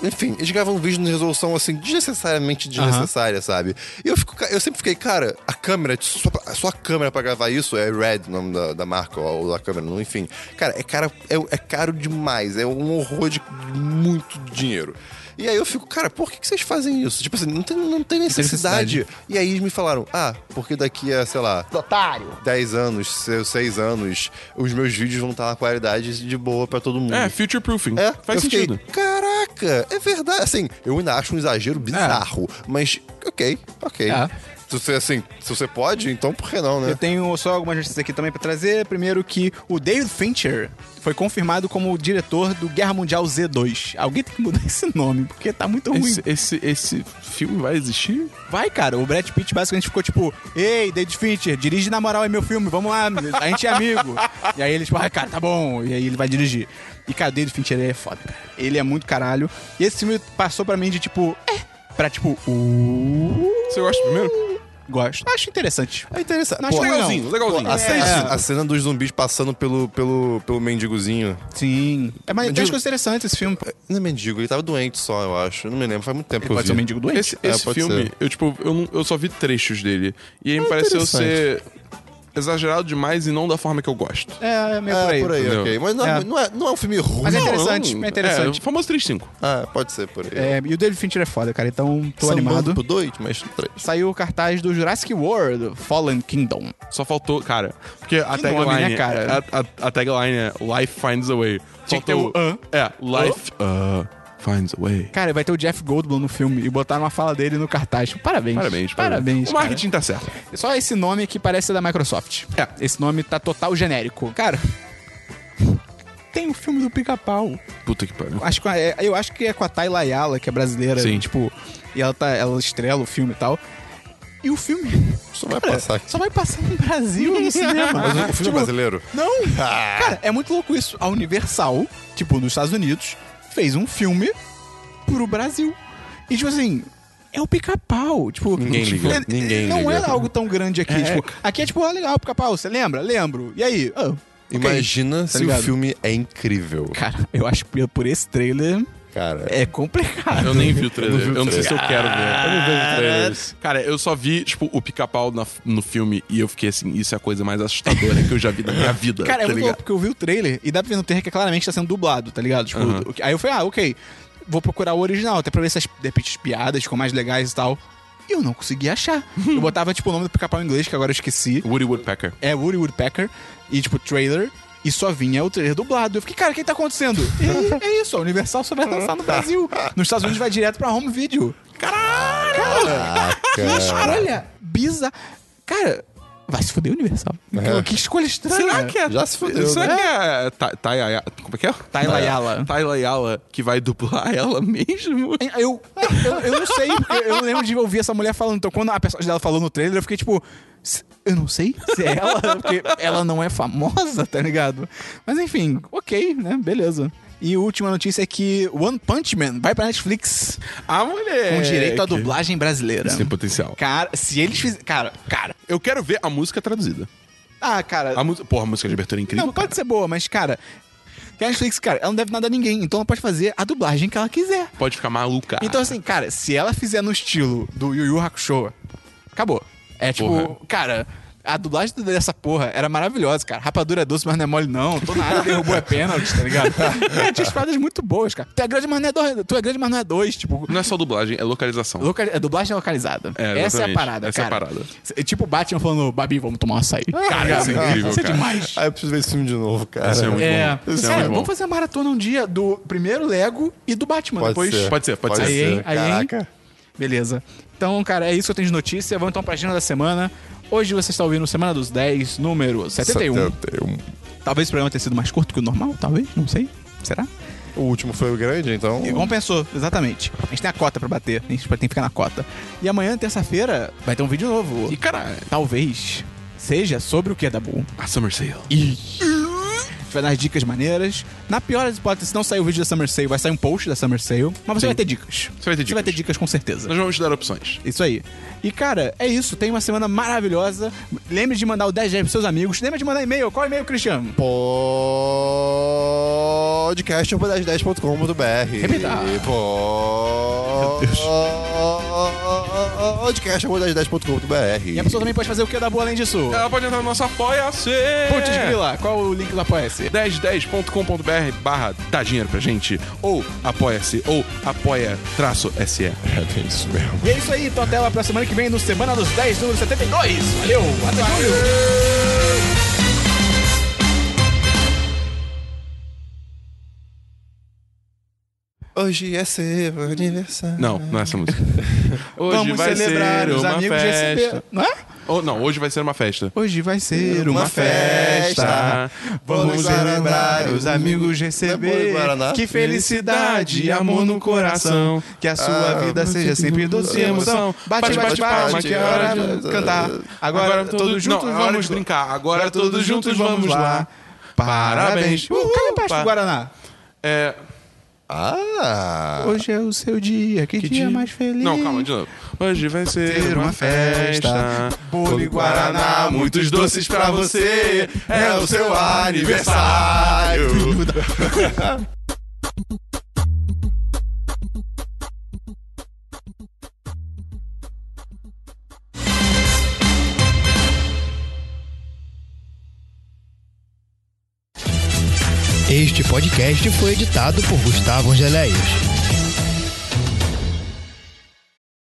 B: Enfim, eles gravam um vídeo na resolução assim, desnecessariamente desnecessária, sabe? E eu, fico, ca- eu sempre fiquei, cara, a câmera, só, pra- só a câmera pra gravar isso é Red, o nome da, da marca, ou da câmera, não- enfim. Cara, é, cara é, é caro demais, é um horror de muito dinheiro. E aí eu fico, cara, por que, que vocês fazem isso? Tipo assim, não tem, não tem necessidade. E aí eles me falaram, ah, porque daqui a, sei lá,
D: Otário.
B: 10 anos, 6 anos, os meus vídeos vão estar na qualidade de boa pra todo mundo.
C: É, future proofing.
B: É,
C: Faz
B: eu fiquei,
C: sentido.
B: Caraca, é verdade. Assim, eu ainda acho um exagero bizarro, mas ok, ok.
A: É.
B: Se você, assim, se você pode, então por que não,
A: Eu
B: né?
A: tenho só algumas notícias aqui também pra trazer. Primeiro que o David Fincher foi confirmado como o diretor do Guerra Mundial Z2. Alguém tem que mudar esse nome, porque tá muito ruim.
C: Esse, esse, esse filme vai existir?
A: Vai, cara. O Brad Pitt basicamente ficou tipo, ei, David Fincher, dirige na moral, é meu filme, vamos lá, a gente é amigo. e aí ele tipo, ah, cara, tá bom. E aí ele vai dirigir. E, cara, o David Fincher ele é foda, cara. Ele é muito caralho. E esse filme passou pra mim de tipo, é, pra tipo, uh,
C: Você gosta primeiro?
A: gosto. Acho interessante.
B: É interessante.
A: Não acho
B: Pô,
A: legal, não.
C: Legalzinho, legalzinho.
B: A, cena,
A: É.
B: a cena dos zumbis passando pelo, pelo, pelo mendigozinho.
A: Sim. É, mas tem
B: Digo-
A: umas coisas interessantes esse filme.
B: Não é mendigo, ele tava doente só, eu acho. Não me lembro, faz muito tempo que eu
A: Pode
B: vi.
A: ser um mendigo doente.
C: Esse,
B: É,
C: esse
B: pode
C: filme,
B: ser.
C: eu, tipo, eu, não- eu só vi trechos dele. E
A: Ah,
C: aí me pareceu ser exagerado demais e não da forma que eu gosto.
A: É, é meio
B: É,
A: por aí.
B: por aí,
C: entendeu?
B: ok. Mas não é,
A: É.
B: Não, é, não é um filme ruim.
A: Mas é
B: não.
A: interessante,
C: Não,
A: é interessante.
C: É, o famoso 35.
B: Ah, pode ser por aí.
A: É, e o David Fincher é foda, cara, então tô
B: Sambando
A: animado.
B: pro dois, mas três.
A: Saiu o cartaz do Jurassic World Fallen Kingdom.
C: Só faltou, cara. Porque a
A: Que
C: tagline. é,
A: nome, né, cara?
C: A, a- a tagline é Life Finds a Way.
A: Tinha que ter
C: Faltou-
A: um "an".
C: É, Life uh, Finds a Way.
A: Cara, vai ter o Jeff Goldblum no filme e botaram uma fala dele no cartaz. Parabéns.
C: Parabéns,
A: Parabéns.
C: O
A: cara.
C: marketing tá certo. É.
A: Só esse nome que parece ser da Microsoft. É. Esse nome tá total genérico. Cara.
C: tem o filme do pica-pau. Puta que pariu.
A: Acho que é- eu acho que é com a Thay Layala, que é brasileira.
C: Sim.
A: Tipo, e ela, tá, ela estrela o filme e tal. E o filme
B: Só vai passar aqui.
A: É, só vai passar no Brasil no cinema.
B: Mas o filme é
A: Tipo,
B: brasileiro?
A: Não!
B: Ah.
A: Cara, é muito louco isso. A Universal, tipo, nos Estados Unidos, fez um filme pro Brasil. E, tipo assim, é o pica-pau. Tipo,
C: Ninguém
A: tipo,
C: liga.
A: é-
C: Ninguém
A: Não
C: liga.
A: era algo tão grande aqui.
C: É.
A: Tipo, aqui é tipo, ah, legal, pica-pau. Você lembra? Lembro. E aí? Ah, ok.
B: Imagina
A: Tá
B: se
A: ligado?
B: o filme é incrível.
A: Cara, eu acho que por esse trailer
B: Cara,
A: é complicado.
C: Eu nem vi o trailer.
B: Eu não vi o
C: Eu não sei se eu quero ver.
B: eu não vejo trailers.
C: Cara, eu só vi, tipo, o pica-pau na- no filme e eu fiquei assim, isso é a coisa mais assustadora que eu já vi na minha vida.
A: Cara, é
C: tá
A: muito louco,
C: ligado?
A: porque eu vi o trailer e dá pra ver no trailer que claramente tá sendo dublado, tá ligado? Tipo,
C: Aham.
A: o- Aí eu falei, ah, ok, vou procurar o original, até pra ver se as, de repente, as piadas ficam mais legais e tal. E eu não consegui achar. eu botava, tipo, o nome do pica-pau em inglês, que agora eu esqueci.
C: Woody Woodpecker.
A: É Woody Woodpecker, e, tipo, trailer, e só vinha o trailer dublado. Eu fiquei, cara, o que tá acontecendo? E é isso, a Universal só vai lançar no Brasil. Nos Estados Unidos vai direto pra home video.
C: Caralho!
A: Que escolha bizarra. Cara, vai se fuder Universal.
B: É.
A: Que escolha estranha.
C: Será que é.
B: Já se fudeu,
C: Será
B: né?
C: que é. Thay- Thay Ayala- Como é que é?
A: Tayla Ayala.
C: Tayla Ayala que vai dublar ela mesmo?
A: Tá. Eu, eu, eu não sei, porque eu não lembro de ouvir essa mulher falando. Então, quando a personagem dela falou no trailer, eu fiquei tipo. "S- Eu não sei se é ela, porque ela não é famosa, tá ligado? Mas enfim, ok, né? Beleza. E a última notícia é que One Punch Man vai pra Netflix
C: A mulher.
A: com direito à
C: que-
A: dublagem brasileira.
C: Isso tem potencial.
A: Cara, se eles fizerem. Cara, cara.
C: Eu quero ver a música traduzida.
A: Ah, cara.
C: A mu- Porra, a música de abertura é incrível.
A: Não, pode ser boa, mas, cara. que a Netflix, cara, ela não deve nada a ninguém, então ela pode fazer a dublagem que ela quiser.
C: Pode ficar maluca.
A: Então, assim, cara, se ela fizer no estilo do Yu Yu Hakusho, acabou. É tipo,
C: Porra.
A: cara, a dublagem dessa porra era maravilhosa, cara. Rapadura é doce, mas não é mole, não. Tô na área, derrubou é pênalti, tá ligado? Cara, tinha espadas muito boas, cara. Tu é grande, mas não é dois. Tu é grande, mas não é dois. Tipo,
C: Não é só dublagem, é localização.
A: loca- é dublagem localizada. essa
C: É,
A: é a
C: exatamente.
A: parada,
C: Essa é a
A: cara.
C: parada.
A: É tipo o Batman falando, Babi, vamos tomar um açaí. Cara,
C: isso é incrível,
A: Isso é
C: cara.
A: demais.
B: Aí eu preciso ver esse filme de novo, cara.
C: Isso é muito
A: É,
C: bom. Isso é
A: cara,
C: muito bom.
A: vamos fazer uma maratona um dia do primeiro Lego e do Batman
B: Pode
A: depois.
B: ser.
C: Pode ser, pode ser.
A: Aí, hein? Aí, hein?
B: Caraca.
A: Beleza. Então, cara, é isso que eu tenho de notícia. Vamos então pra agenda da semana. Hoje você está ouvindo Semana dos 10, número 71.
B: 71.
A: Talvez o programa tenha sido mais curto que o normal, talvez, não sei. Será?
B: O último foi o grande, então.
A: E compensou, exatamente. A gente tem a cota pra bater, a gente tem que ficar na cota. E amanhã, terça-feira, vai ter um vídeo novo.
C: E cara,
A: é. talvez seja sobre o que é da Bull.
C: a Summer Sale.
A: A gente vai dar as dicas maneiras. Na pior das hipóteses, se não sair o vídeo da Summer Sale, vai sair um post da Summer Sale. Mas você vai ter dicas.
C: Você vai ter
A: Você vai ter dicas
C: dicas.
A: com certeza.
C: Nós vamos te dar opções.
A: Isso aí. E, cara, é isso. Tem uma semana maravilhosa. Lembre de mandar o 10 reais pros seus amigos. Lembre de mandar e-mail. Qual e-mail, Cristiano?
B: podcast.com.br
A: Repita.
B: Podcast.com.br
A: E a pessoa também pode fazer o que da boa além disso?
C: Ela pode entrar no nosso Apoia-se.
A: Putz, grila. Qual o link do Apoia-se?
C: 1010.com.br barra dá dinheiro pra gente, ou apoia-se, ou apoia-se.
B: É bem isso mesmo.
A: E é isso aí. Então até lá pra semana que vem no Semana dos 10, número 72. Valeu. Até julho.
B: Hoje é seu aniversário.
C: Não, não é essa música. Hoje
A: Vamos
C: vai
A: celebrar
C: ser
A: os
C: uma
A: amigos de
C: festa.
A: receber. Não é?
C: Ou não, hoje vai ser uma festa.
A: Hoje vai ser
B: Uma
A: uma festa.
B: festa.
A: Vamos
B: Vamos
A: celebrar
B: celebrar
A: os amigos
B: Tá bom,
A: receber.
B: Guaraná?
A: Que felicidade e amor no coração. Que a sua
B: Ah,
A: vida seja sempre doce e emoção. Bate, bate, palma, que é hora de cantar. Agora todos juntos
C: não, é hora de
A: vamos brincar.
C: brincar. Agora todos juntos vamos lá. Parabéns.
A: Uh, cadê a parte
C: Pa-
A: do Guaraná?
C: É,
B: Ah!
A: Hoje é o seu dia, que, dia,
C: dia?
A: mais feliz.
C: não, calma, de novo. Hoje vai ser uma festa.
A: Bolo e
B: Guaraná, muitos doces pra você. É o seu aniversário.
E: Este podcast foi editado por Gustavo Angeléias.